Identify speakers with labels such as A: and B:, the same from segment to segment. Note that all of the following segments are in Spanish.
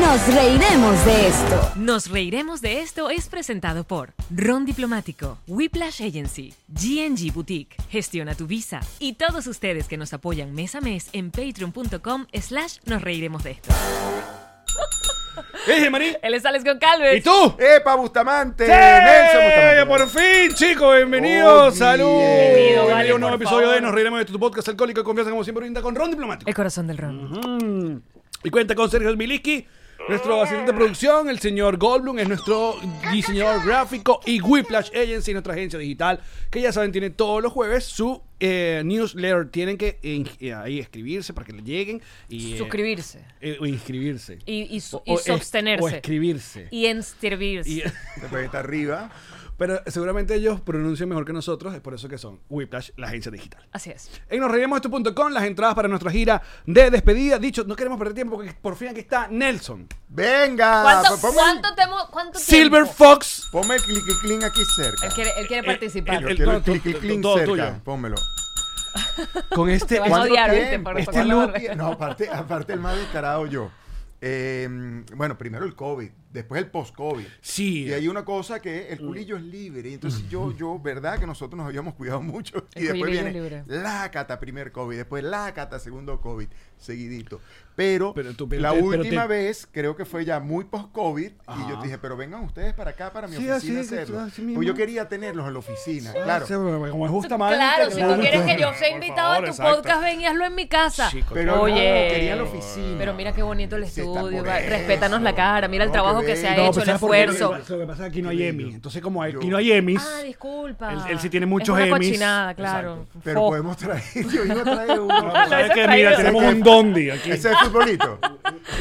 A: Nos reiremos de esto.
B: Nos reiremos de esto es presentado por Ron Diplomático, Whiplash Agency, GNG Boutique, Gestiona tu Visa y todos ustedes que nos apoyan mes a mes en patreon.com slash nos reiremos de esto.
C: Dije, Marí.
B: Él es Alex Goncalves.
C: ¿Y tú?
D: ¡Epa, Bustamante!
C: ¡Sí!
D: ¡Nelson Bustamante!
C: Por fin, chicos, bienvenidos.
D: Oh,
C: Salud.
D: bien.
B: Bienvenido, vale,
C: a un nuevo
B: por
C: episodio
B: favor.
C: de Nos Reiremos de tu podcast alcohólico y confianza, como siempre, brinda con Ron Diplomático.
B: El corazón del
C: Mm,
B: Ron.
C: Y cuenta con Sergio Miliski, nuestro asistente de producción. El señor Goldblum es nuestro diseñador gráfico. Y Whiplash Agency, nuestra agencia digital, que ya saben, tiene todos los jueves su eh, newsletter. Tienen que eh, eh, ahí escribirse para que le lleguen. Y, eh,
B: Suscribirse.
C: eh, o inscribirse.
B: Y, y su-
C: O-
B: y
C: o es-
B: sostenerse.
C: O escribirse.
B: Y inscribirse.
C: Y- eh.
D: Después está arriba.
C: Pero seguramente ellos pronuncian mejor que nosotros, es por eso que son Whiplash, la agencia digital.
B: Así es.
C: En nosreiremosdeesto.com las entradas para nuestra gira de despedida. Dicho, no queremos perder tiempo porque por fin aquí está Nelson. Ah,
D: ¡Venga!
B: ¿Cuánto,
D: Pues ponme,
B: cuánto, temo- cuánto
C: Silver
B: tiempo?
C: Fox.
D: ponme el clic clic aquí cerca.
B: Él quiere, él quiere
C: el-
B: participar.
D: Yo
C: el-
D: quiero
C: no,
D: el
C: tú-
D: clic clic
C: tú-
D: clic
C: todo
D: cerca.
C: tuyo.
D: Pónmelo.
C: Con este...
B: Te van a
C: ¿Cuánto-
B: odiar, ¿oíste?
D: tiempo?
B: Por-
C: Este
B: por la
C: look-
B: barriga.
D: No, aparte, aparte el más descarado yo. Eh, bueno, primero el COVID, después el post-COVID.
C: Sí.
D: Y hay una cosa que
C: Mm.
D: el culillo es libre. Y entonces yo, yo, verdad que nosotros nos habíamos cuidado mucho.
B: El
D: Y después
B: culillo es
D: viene
B: libre.
D: la cata primer COVID, después la cata segundo COVID, seguidito. Pero,
C: Pero tú- pero
D: la
C: te- pero
D: última
C: te-
D: vez creo que fue ya muy post-COVID.
C: Ajá.
D: Y yo dije, pero vengan ustedes para acá, para mi
C: Sí, así
D: oficina
C: es,
D: hacerlo.
C: así
D: Pues
C: mismo.
D: yo quería tenerlos en la oficina,
C: Claro.
D: claro.
C: Como es justa madre.
B: Claro, si tú
C: claro.
B: quieres que yo sea
C: Por
B: invitado
C: favor,
B: a tu
C: exacto.
B: podcast, ven y hazlo en mi casa.
C: Chico,
D: Pero no,
B: Oye.
D: quería la oficina.
B: Pero mira qué bonito el
D: Sí, está
B: estudio.
D: por
B: va,
D: eso.
B: Respétanos la cara. Mira el
D: No,
B: trabajo
D: qué
B: que se ha
D: bello.
C: No,
B: hecho,
C: pues,
B: el
C: ¿sabes por qué?
B: esfuerzo.
C: Lo que pasa es que aquí no hay
D: Qué
C: Emmy.
D: lindo.
C: Entonces, como hay- aquí
D: Yo-
C: no hay Emmys.
B: Ah, disculpa.
C: Él- él sí tiene muchos
B: es una
C: Emmys.
B: cochinada, claro.
D: Pero
B: Fo-
D: podemos traer, yo iba a traer uno.
B: Ah,
C: ¿Sabes
B: ese
C: qué?
B: es
C: Mira,
B: traidor.
C: tenemos un dondi aquí.
D: Ese es futbolito.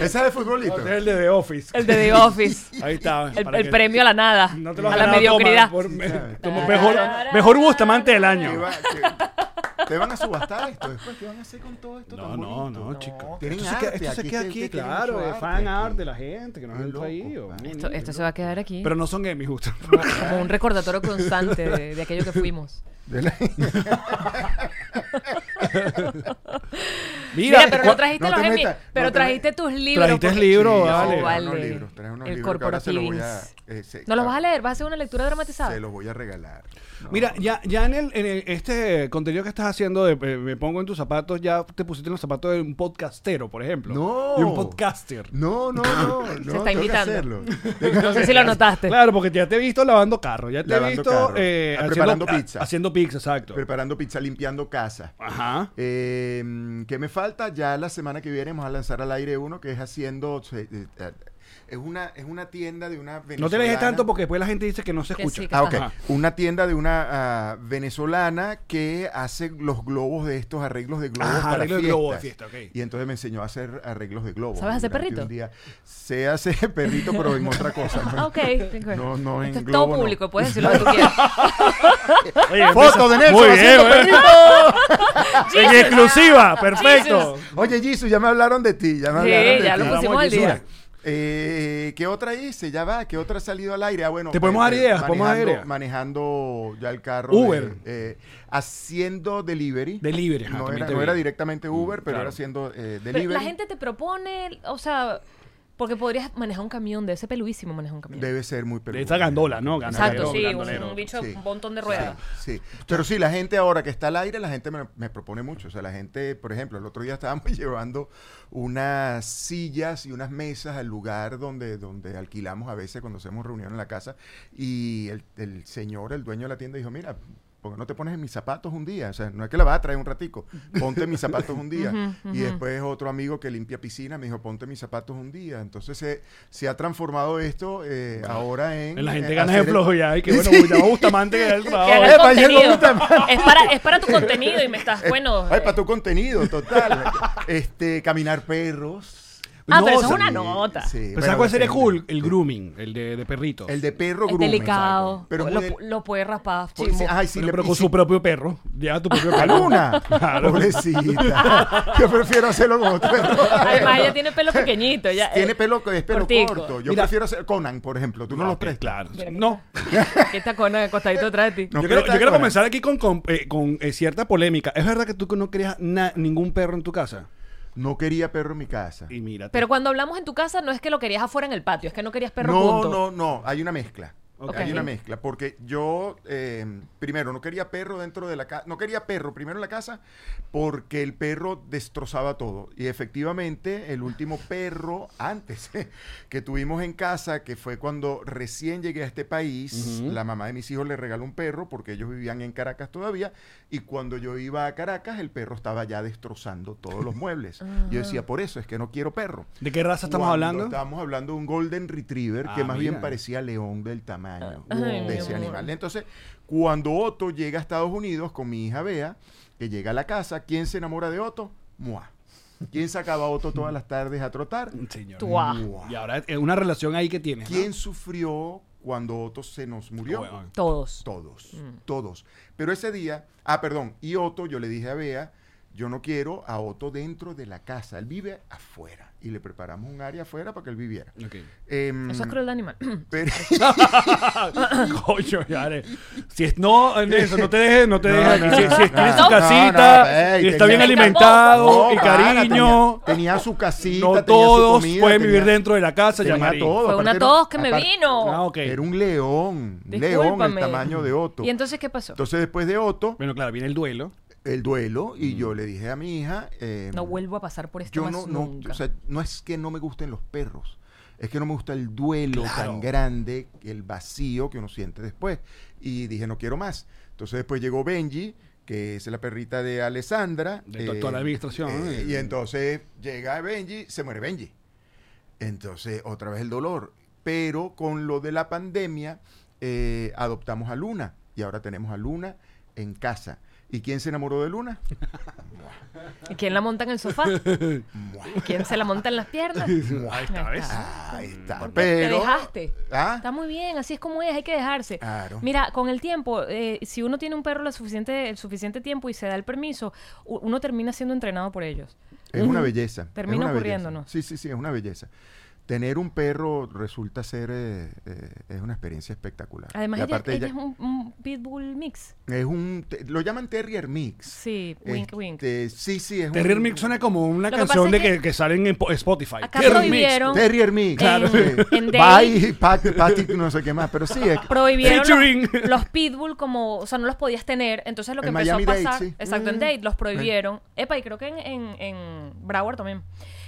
D: Ese es el futbolito.
C: Este es el de The Office.
B: El de The Office.
C: Ahí está.
B: El,
C: para
B: el
C: que-
B: premio a la nada.
C: No te lo
B: a
C: has
B: la
C: ganado, pues. toma,
B: mediocridad.
C: por- me-
D: sabes.
C: toma, mejor, mejor Bustamante del
D: Que
C: año.
D: va- que- te van a subastar esto después. ¿Qué van a hacer con todo esto?
C: No,
D: tan
C: no, no,
D: bonito?
C: chico.
D: Tienen
C: Esto se queda,
D: arte,
C: esto se
D: aquí
C: queda
D: tienen-
C: aquí,
D: tienen
C: claro.
D: mucho
C: de
D: arte
C: fan art
D: aquí.
C: de la gente que nos
D: Qué
C: han traído.
D: loco,
C: Ay,
B: Esto, esto se va a quedar aquí.
C: Pero no son Emmys, justo.
B: como un recordatorio constante de, de aquello que fuimos.
D: De la-
B: Mira, pero no trajiste
D: no
B: los
D: te
B: Emmy,
D: metas, no
B: pero
D: te
B: trajiste
D: metas.
B: tus libros.
C: Trajiste
B: porque-
C: libros,
B: No,
C: vale.
D: traer
B: vale.
D: unos libros, traer unos
B: el
D: libros que ahora se los voy
B: corporativins.
D: a- eh, se-
B: ¿No los vas a
D: claro,
B: leer? ¿Vas a hacer una lectura dramatizada?
D: Se los voy a regalar. No.
C: Mira, ya, ya en, el, en el- este contenido que estás haciendo, de, eh, me pongo en tus zapatos, ya te pusiste en los zapatos de un podcastero, por ejemplo.
D: No.
C: De un podcaster.
D: No, no, no. no, tengo que
B: invitando.
D: hacerlo.
B: No sé si lo notaste.
C: Claro, porque ya te he visto lavando carro, ya te he
D: Lavando
C: visto
D: carro.
C: eh,
D: Ah,
C: haciendo-
D: preparando
C: a-
D: pizza.
C: Haciendo pizza, exacto.
D: Preparando pizza, limpiando casa.
C: Ajá.
D: Eh, ¿Qué me falta? Ya la semana que viene vamos a lanzar al aire uno que es haciendo... se- eh, eh, Es una, es una tienda de una venezolana.
C: No te dejes tanto porque después la gente dice que no se
B: Que
C: escucha.
B: sí, que
D: Ah, ok.
C: Ajá.
D: Una tienda de una ah, venezolana que hace los globos de estos arreglos de globos
C: Ajá,
D: para
C: arreglo de
D: fiestas.
C: globo de fiesta, ok.
D: Y entonces me enseñó a hacer arreglos de globos.
B: ¿Sabes hacer
D: Durante
B: perrito?
D: un día se hace perrito, pero en otra cosa.
B: Ah,
D: ¿no?
B: ok. Tengo-
D: No, no, en
B: Esto es
D: globo
B: todo
D: no.
B: público, puedes decir lo que tú quieras.
C: Oye,
D: ¡Foto de Nelson
C: Muy
D: haciendo
C: bien, ¿eh? En exclusiva, perfecto.
D: Oye, Jisoo, ya me hablaron de ti. Ya me
B: Sí,
D: hablaron de
B: ya
D: ti.
B: lo pusimos al día.
D: Eh, ¿Qué otra hice? Ya va, ¿qué otra ha salido al aire? Ah, bueno,
C: Te podemos dar ideas, podemos dar
D: manejando-
C: ideas.
D: Manejando ya el carro. de-
C: Uber.
D: eh, haciendo delivery.
C: Delivery, ajá,
D: No,
C: también
D: era,
C: te
D: no
C: vi.
D: era directamente Uber, pero
C: claro.
D: era haciendo eh,
B: Pero
D: delivery.
B: la gente te propone, o sea, Porque podrías manejar un camión, debe ser peludísimo manejar un camión.
D: Debe ser muy
C: De
D: peludo.
C: esa gandola, ¿no? Ganadero,
B: Exacto, sí,
C: gandolero.
B: un bicho,
D: Sí.
B: un montón de ruedas.
D: Sí, sí. pero sí, la gente ahora que está al aire, la gente me, me propone mucho. O sea, la gente, por ejemplo, el otro día estábamos llevando unas sillas y unas mesas al lugar donde, donde alquilamos a veces cuando hacemos reunión en la casa. Y el, el señor, el dueño de la tienda, dijo, mira, ¿por qué no te pones en mis zapatos un día? O sea, no es que la vas a traer un ratico, ponte en mis zapatos un día.
B: Ujú,
D: Y
B: ujú.
D: después otro amigo que limpia piscina me dijo, ponte mis zapatos un día. Entonces se, se ha transformado esto eh, ahora en...
C: En la gente
D: eh,
C: ganas de
D: hacer el-
C: flojo ya. Y que bueno, ya va Bustamante que es el
B: Que haga
C: trabajo.
B: el
D: Ah, Epa, llegó
B: contenido.
D: Bustamante.
B: Es para, es para tu contenido y me estás, Ah, bueno. eh.
D: Ay, para Eh, tu contenido, total. este, caminar perros.
B: Ah, pero eso es
C: sí.
B: una nota.
C: Pero
D: bueno,
C: ¿sabes cuál sería
D: depende.
C: cool? El grooming, el de, de perrito.
D: El de perro
B: es
D: grooming.
B: delicado.
D: Pero
B: lo,
D: muy de-
B: lo puede raspar.
D: Porque si- ah,
B: chimbo.
D: ay, si
C: Pero-
D: le
C: pero
D: y
C: con
D: si-
C: su propio perro. Lleva tu propio perro.
D: ¡Alguna!
C: Claro.
D: Pobrecita. Yo prefiero hacerlo con otro perro.
B: Además, ella tiene pelo pequeñito. Ya,
D: Tiene
B: eh,
D: pelo, es pelo
B: cortico.
D: corto. Yo
C: Mira.
D: prefiero hacer Conan, por ejemplo. Tú no, los prestas.
C: Claro. No.
B: que está con el costadito detrás de ti.
D: No
C: yo quiero,
D: prestas
C: yo quiero
D: Conan.
C: comenzar aquí con, con, eh, con, eh, cierta polémica. ¿Es verdad que tú no querías na- ningún perro en tu casa?
D: No quería perro en mi casa.
C: Y mírate.
B: Pero cuando hablamos en tu casa, no es que lo querías afuera en el patio, es que no querías perro
D: no,
B: junto.
D: No, no, hay una mezcla.
C: Ok.
D: Hay una mezcla, porque yo, eh, primero, no quería perro dentro de la casa, no quería perro primero en la casa, porque el perro destrozaba todo. Y efectivamente, el último perro antes que tuvimos en casa, que fue cuando recién llegué a este país, la mamá de mis hijos le regaló un perro, porque ellos vivían en Caracas todavía, y cuando yo iba a Caracas, el perro estaba ya destrozando todos los muebles. Yo
C: Ah.
D: decía, por eso es que no quiero perro.
C: ¿De qué raza estamos
D: Cuando
C: hablando?
D: Estábamos hablando de un Golden Retriever que
C: Ah,
D: más
C: mira.
D: bien parecía león del tamaño
B: Ah, ay, mi
D: de ese
B: amor.
D: animal. Entonces, cuando Otto llega a Estados Unidos con mi hija Bea, que llega a la casa, ¿quién se enamora de Otto? Mua. ¿Quién sacaba a Otto todas las tardes a trotar?
C: Señor.
B: Tuá.
C: Y ahora es una relación ahí que tienes. ¿no?
D: ¿Quién sufrió cuando Otto se nos murió?
C: Bueno,
B: Todos.
D: Todos,
B: Mm.
D: todos. Pero ese día, ah, perdón, y Otto, yo le dije a Bea, yo no quiero a Otto dentro de la casa, él vive afuera. Y le preparamos un área afuera para que él viviera.
C: ok.
D: Em,
B: Eso es cruel de animal.
D: pero-
C: Coño, ya eres. Si es no, Nelson, no te dejes, no te dejes.
D: no,
C: si,
D: no,
C: si tiene
D: no,
C: su
D: no,
C: casita,
D: no, ey,
C: y está
D: tenía-
C: bien alimentado
D: No,
C: y
D: para,
C: cariño.
D: tenía, tenía su casita.
C: no
D: tenía su
C: todos
D: comida,
C: pueden
D: tenía-
C: vivir dentro de la casa,
D: tenía
C: llamarín.
D: todo,
B: Fue una
D: aparte era-
B: tos que me
D: aparte-
B: vino.
C: Ah, ok.
D: Era un león. un León el
B: Discúlpame.
D: tamaño de Otto.
B: ¿Y entonces qué pasó?
D: Entonces, después de Otto,
C: Bueno, claro, viene el duelo.
D: el duelo,
C: Mm.
D: y yo le dije a mi hija. eh,
B: no vuelvo a pasar por esto
D: Yo
B: más
D: no, no,
B: nunca.
D: o sea, no es que no me gusten los perros. Es que no me gusta el duelo
C: Claro.
D: tan grande, el vacío que uno siente después. Y dije, no quiero más. Entonces después llegó Benji, que es la perrita de Alessandra.
C: De to- toda la administración, ¿eh?
D: y entonces llega Benji, se muere Benji. Entonces, otra vez el dolor. Pero con lo de la pandemia, eh, adoptamos a Luna. Y ahora tenemos a Luna en casa. ¿Y quién se enamoró de Luna?
B: ¿Y quién la monta en el sofá?
D: Mua.
B: ¿Y quién se la monta en las piernas?
C: Ahí está, ¿ves?
D: Ahí está.
B: ¿Por qué
D: pero,
B: te dejaste?
D: ¿Ah?
B: Está muy bien, así es como es, hay que dejarse.
D: Claro.
B: Mira, con el tiempo, eh, si uno tiene un perro lo suficiente, el suficiente tiempo y se da el permiso, u- uno termina siendo entrenado por ellos.
D: Es una belleza. es
B: Termina
D: una belleza.
B: ocurriéndonos.
D: Sí, sí, sí, es una belleza. Tener un perro resulta ser eh, eh, es una experiencia espectacular.
B: Además,
D: Y
B: ella,
D: aparte
B: ella
D: ella-
B: es un, un pitbull mix.
D: es un te- lo llaman terrier mix.
B: Sí, wink, wink.
D: Este, Sí, sí, es
C: Terrier
D: un
C: Mix suena como una
B: Lo que
C: canción
B: pasa
C: de
B: es
C: que,
B: que-
C: que salen en po- Spotify.
B: Acá
C: Terrier Mix.
B: prohibieron,
D: terrier mix.
B: Claro. en Dave.
D: Bye, Pat- Patty, no sé qué más, pero sí es
B: prohibieron
C: Featuring.
B: los, los pitbull como, o sea, no los podías tener. Entonces lo que
D: En
B: empezó a
D: Miami-Dade,
B: pasar,
D: sí.
B: exacto, en
D: Mm.
B: Date los prohibieron. Epa, y creo que en, en, en Broward también.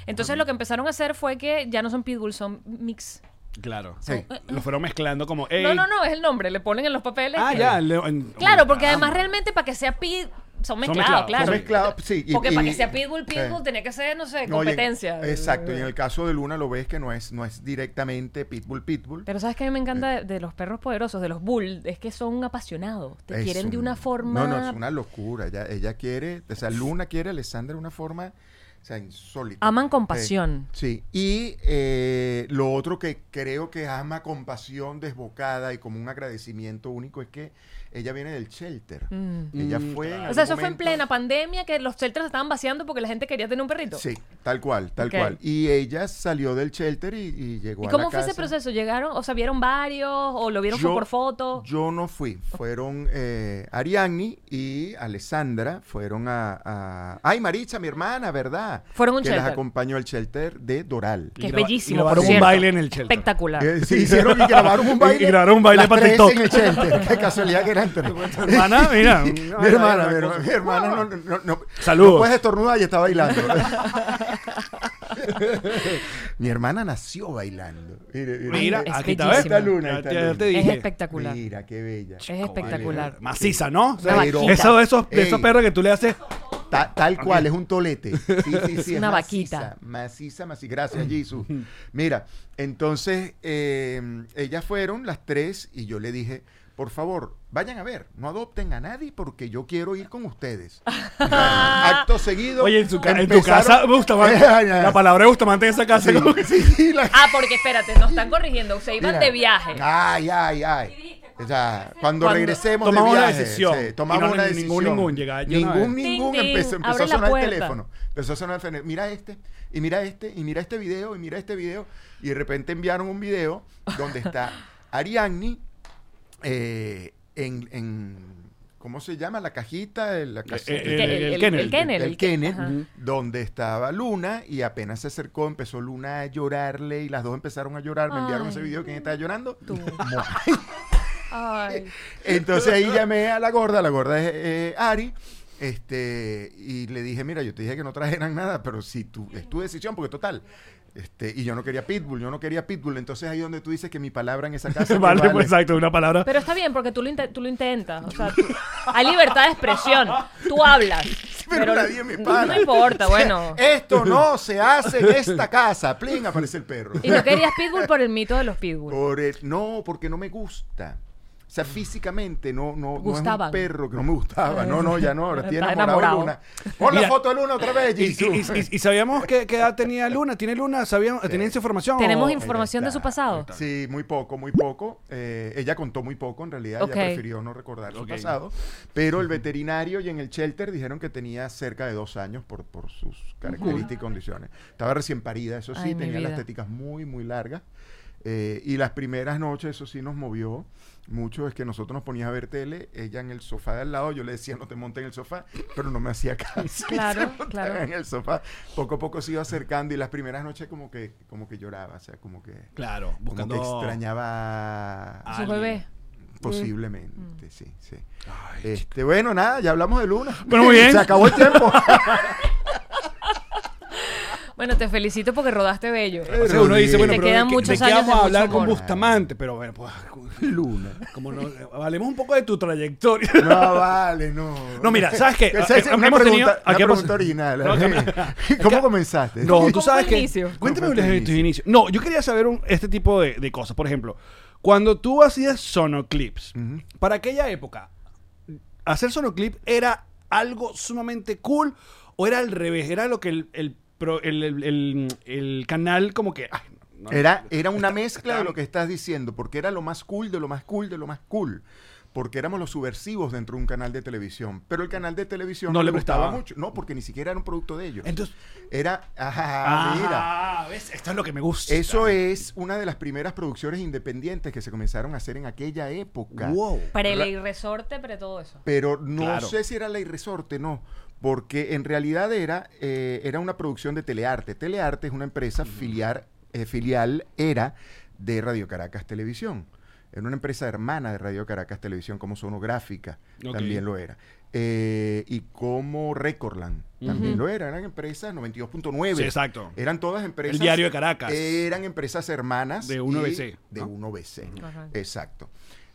B: Entonces lo que empezaron a hacer fue que ya no son pitbull, son mix.
C: Claro.
D: Sí.
C: Lo fueron mezclando como.
B: No, no, no, es el nombre, le ponen en los papeles.
C: Ah,
B: que-
C: ya. le- en-
B: Claro, porque además
C: Ah,
B: realmente para que sea pit son mezclados,
C: mezclados,
B: claro.
C: son
D: mezclado, sí. y-
B: Porque para
D: y-
B: que sea pitbull, pitbull
D: Sí.
B: tenía que ser, no sé,
D: No, y en-
B: competencia.
D: exacto, y en el caso de Luna lo ves que no es no es directamente pitbull pitbull.
B: Pero sabes que a mí me encanta
D: Eh.
B: de, de los perros poderosos, de los bull, es que son apasionados, te
D: Es
B: quieren de
D: un-
B: una forma
D: No, no, es una locura. Ella, ella quiere, o sea, Luna quiere a Alessandra de una forma, o sea, insólita.
B: Aman con
D: Eh,
B: pasión.
D: sí, y eh, lo otro que creo que ama con pasión desbocada y como un agradecimiento único es que ella viene del shelter.
B: Mm.
D: Ella
C: Mm,
D: fue. en
C: claro.
B: O
D: algún
B: sea, eso fue en
D: momento-
B: plena pandemia que los shelters estaban vaciando porque la gente quería tener un perrito.
D: Sí, tal cual, tal
B: Ok.
D: cual. Y ella salió del shelter y, y llegó
B: ¿Y
D: a
B: cómo
D: la
B: fue ese
D: casa.
B: proceso? ¿Llegaron? O sea, ¿vieron varios? ¿O lo vieron fue por foto?
D: Yo no fui. Fueron eh, Ariadne y Alessandra. Fueron a, a- Ay, Maritza, mi hermana, ¿verdad? verdad.
B: Fueron un
D: que las
B: shelter.
D: acompañó al shelter de Doral.
B: Que es
C: graba- y
B: bellísimo.
C: grabaron
B: por
C: un
B: cierto.
C: baile en el shelter.
B: Espectacular.
D: Eh, sí, hicieron y grabaron un baile.
C: Y grabaron un baile
D: las
C: para
D: tres
C: TikTok.
D: en el shelter. Qué casualidad que eran tres.
C: hermana, mira.
D: mi
C: una-
D: hermana,
C: una
D: mi,
C: cosa.
D: herma- mi hermana no, no, no, no-
C: Saludos.
D: no puedes estornudar y está bailando. mi hermana nació bailando. Mira,
C: Mira,
B: Es
C: aquí está,
B: bellísimo.
C: ¿ves?
B: Está
D: luna,
C: Ya
D: está
C: te-
D: luna.
C: ya te
B: Es
C: dije.
B: espectacular.
D: Mira, qué bella.
B: Es espectacular.
C: Maciza, ¿no? O sea,
B: Una
C: eso-
B: vaquita.
C: eso, esos,
D: Ey.
C: esos perros que tú le haces.
D: Ta- tal cual, es un tolete. Sí, sí, sí, es
B: una
D: maciza,
B: vaquita.
D: Maciza, maciza. Gracias, Jesús. Mira, entonces eh, ellas fueron las tres y yo le dije, por favor, vayan a ver, no adopten a nadie porque yo quiero ir con ustedes. Acto seguido.
C: Oye, en, su ca- en tu
D: empezaron-
C: casa, Bustamante. la palabra de Bustamante en esa casa.
D: Sí,
C: como que-
D: sí, la-
B: Ah, porque espérate, nos están corrigiendo. Se iban
D: Mira. Ah,
B: de viaje.
D: Ay, ay, ay. O sea, cuando,
B: Cuando-
D: regresemos
C: Tomamos
D: de
C: una
D: viaje,
C: decisión.
D: sí, tomamos
C: Y no,
D: una
C: ni-
D: decisión.
C: ningún, ningún, llegaba yo una
D: Ningún,
C: vez.
D: ningún.
B: Ting, ting,
D: Empezó, empezó
B: abre
D: a
B: la
D: sonar el
B: puerta.
D: teléfono. Empezó a sonar el teléfono. Mira este, y mira este, y mira este video, y mira este video. Y de repente enviaron un video donde está Ariadne eh, en, en- ¿Cómo se llama? La cajita, el- la casita.
C: eh, eh, el kennel.
B: El kennel.
D: El Kennel,
B: Ajá.
D: donde estaba Luna y apenas se acercó, empezó Luna a llorarle y las dos empezaron a llorar. Me enviaron
B: Ay.
D: ese video. ¿Quién estaba llorando?
B: Tú.
D: Mua.
B: Ay.
D: Entonces ahí llamé a la gorda, la gorda es eh, Ari, este, y le dije, mira, yo te dije que no trajeran nada, pero si tú, es tu decisión, porque total, este, y yo no quería Pitbull, yo no quería Pitbull, entonces ahí donde tú dices que mi palabra en esa casa... que
C: vale,
D: vale.
C: pues exacto, una palabra.
B: Pero está bien, porque tú lo, inte- tú lo intentas. O sea, tú- hay libertad de expresión. Tú hablas.
D: Pero nadie me para.
B: No importa,
D: O sea,
B: bueno.
D: Esto no se hace en esta casa, plin, aparece el perro.
B: Y no querías pitbull por el mito de los pitbull.
D: Por el- no, porque no me gusta. O sea, físicamente no, no, no es un
B: Gustaban. Ah,
D: perro que no me gustaba. No, no, ya no, ahora estoy
B: Está
D: enamorado de Luna.
B: enamorado.
D: Pon la
C: Mira,
D: foto de Luna otra vez,
C: Y, y-
D: Jesús.
C: y- y- y sabíamos qué, qué edad tenía Luna. ¿Tiene Luna? ¿Sabían, ¿Tenían esa
D: Oh,
C: información?
B: Tenemos
C: o-
B: información de su pasado.
D: Sí, muy poco, muy poco. Eh, ella contó muy poco, en realidad.
B: Ok.
D: Ella prefirió no recordar su pasado. Pero el veterinario y en el shelter dijeron que tenía cerca de dos años por, por sus características y condiciones. Estaba recién parida, eso sí,
B: Ay, mi
D: tenía las
B: vida.
D: teticas muy, muy largas. Eh, y las primeras noches, eso sí nos movió mucho, es que nosotros nos poníamos a ver tele, ella en el sofá de al lado, yo le decía no te montes en el sofá, pero no me hacía caso. y
B: Claro,
D: se montaba
B: claro.
D: En el sofá, poco a poco se iba acercando y las primeras noches como que, como que lloraba, o sea, como que...
C: Claro,
D: Como
C: buscando.
D: que extrañaba
C: Ah.
B: Su
C: Alguien.
B: bebé.
D: posiblemente, sí, sí. Este, bueno, nada, ya hablamos de Luna.
C: Bueno, muy bien.
D: Se acabó el tiempo.
B: Bueno, te felicito porque rodaste bello.
C: O sea, uno dice, bueno,
B: Te
C: pero
B: quedan
C: ¿de qué-
B: muchos
C: ¿de qué
B: años de
C: vamos a
B: mucho
C: hablar con
B: amor.
C: Bustamante? Pero bueno, pues.
D: Luna.
C: Como no, hablemos un poco de tu trayectoria.
D: No, vale, no.
C: No, mira, ¿sabes qué?
D: Esa es
C: Eh,
D: una
C: hemos
D: pregunta,
C: tenido-
D: una
C: aquí hemos-
D: pregunta original.
C: No, que-
D: ¿eh? ¿Cómo comenzaste?
C: No, tú
B: ¿Cómo
C: sabes
B: fue el
C: que.
B: inicio?
C: Cuéntame
D: ¿Cómo fue tu
C: de tus inicios. No, yo quería saber un- este tipo de, de cosas. Por ejemplo, cuando tú hacías sonoclips,
D: Ujú.
C: para aquella época, hacer sonoclip era algo sumamente cool o era al revés, era lo que el, el, pro- el- el- el- el canal como que. ay, no, no,
D: Era, era una mezcla de lo que estás diciendo, porque era lo más cool, de lo más cool, de lo más cool. Porque éramos los subversivos dentro de un canal de televisión. Pero el canal de televisión
C: No le
D: les
C: gustaba.
D: mucho. No, porque ni siquiera era un producto de ellos.
C: Entonces-
D: era. Ajá, mira.
C: Ah, ¿ves? Esto es lo que me gusta.
D: Eso es una de las primeras producciones independientes que se comenzaron a hacer en aquella época.
C: Wow.
B: Pre ley resorte, pre todo eso.
D: Pero no
C: Claro.
D: sé si era Ley Resorte, no. Porque en realidad era, eh, era una producción de Telearte. Telearte es una empresa filial, eh, filial era de Radio Caracas Televisión. Era una empresa hermana de Radio Caracas Televisión, como Sonográfica
C: Ok.
D: también lo era. Eh, y como Recordland también lo era. Eran empresas 92.9.
C: Sí, exacto.
D: Eran todas empresas.
C: El Diario de Caracas.
D: Eran empresas hermanas.
C: De
D: y-
C: 1BC,
D: De
C: ¿no?
D: 1BC.
B: Ajá.
D: Exacto.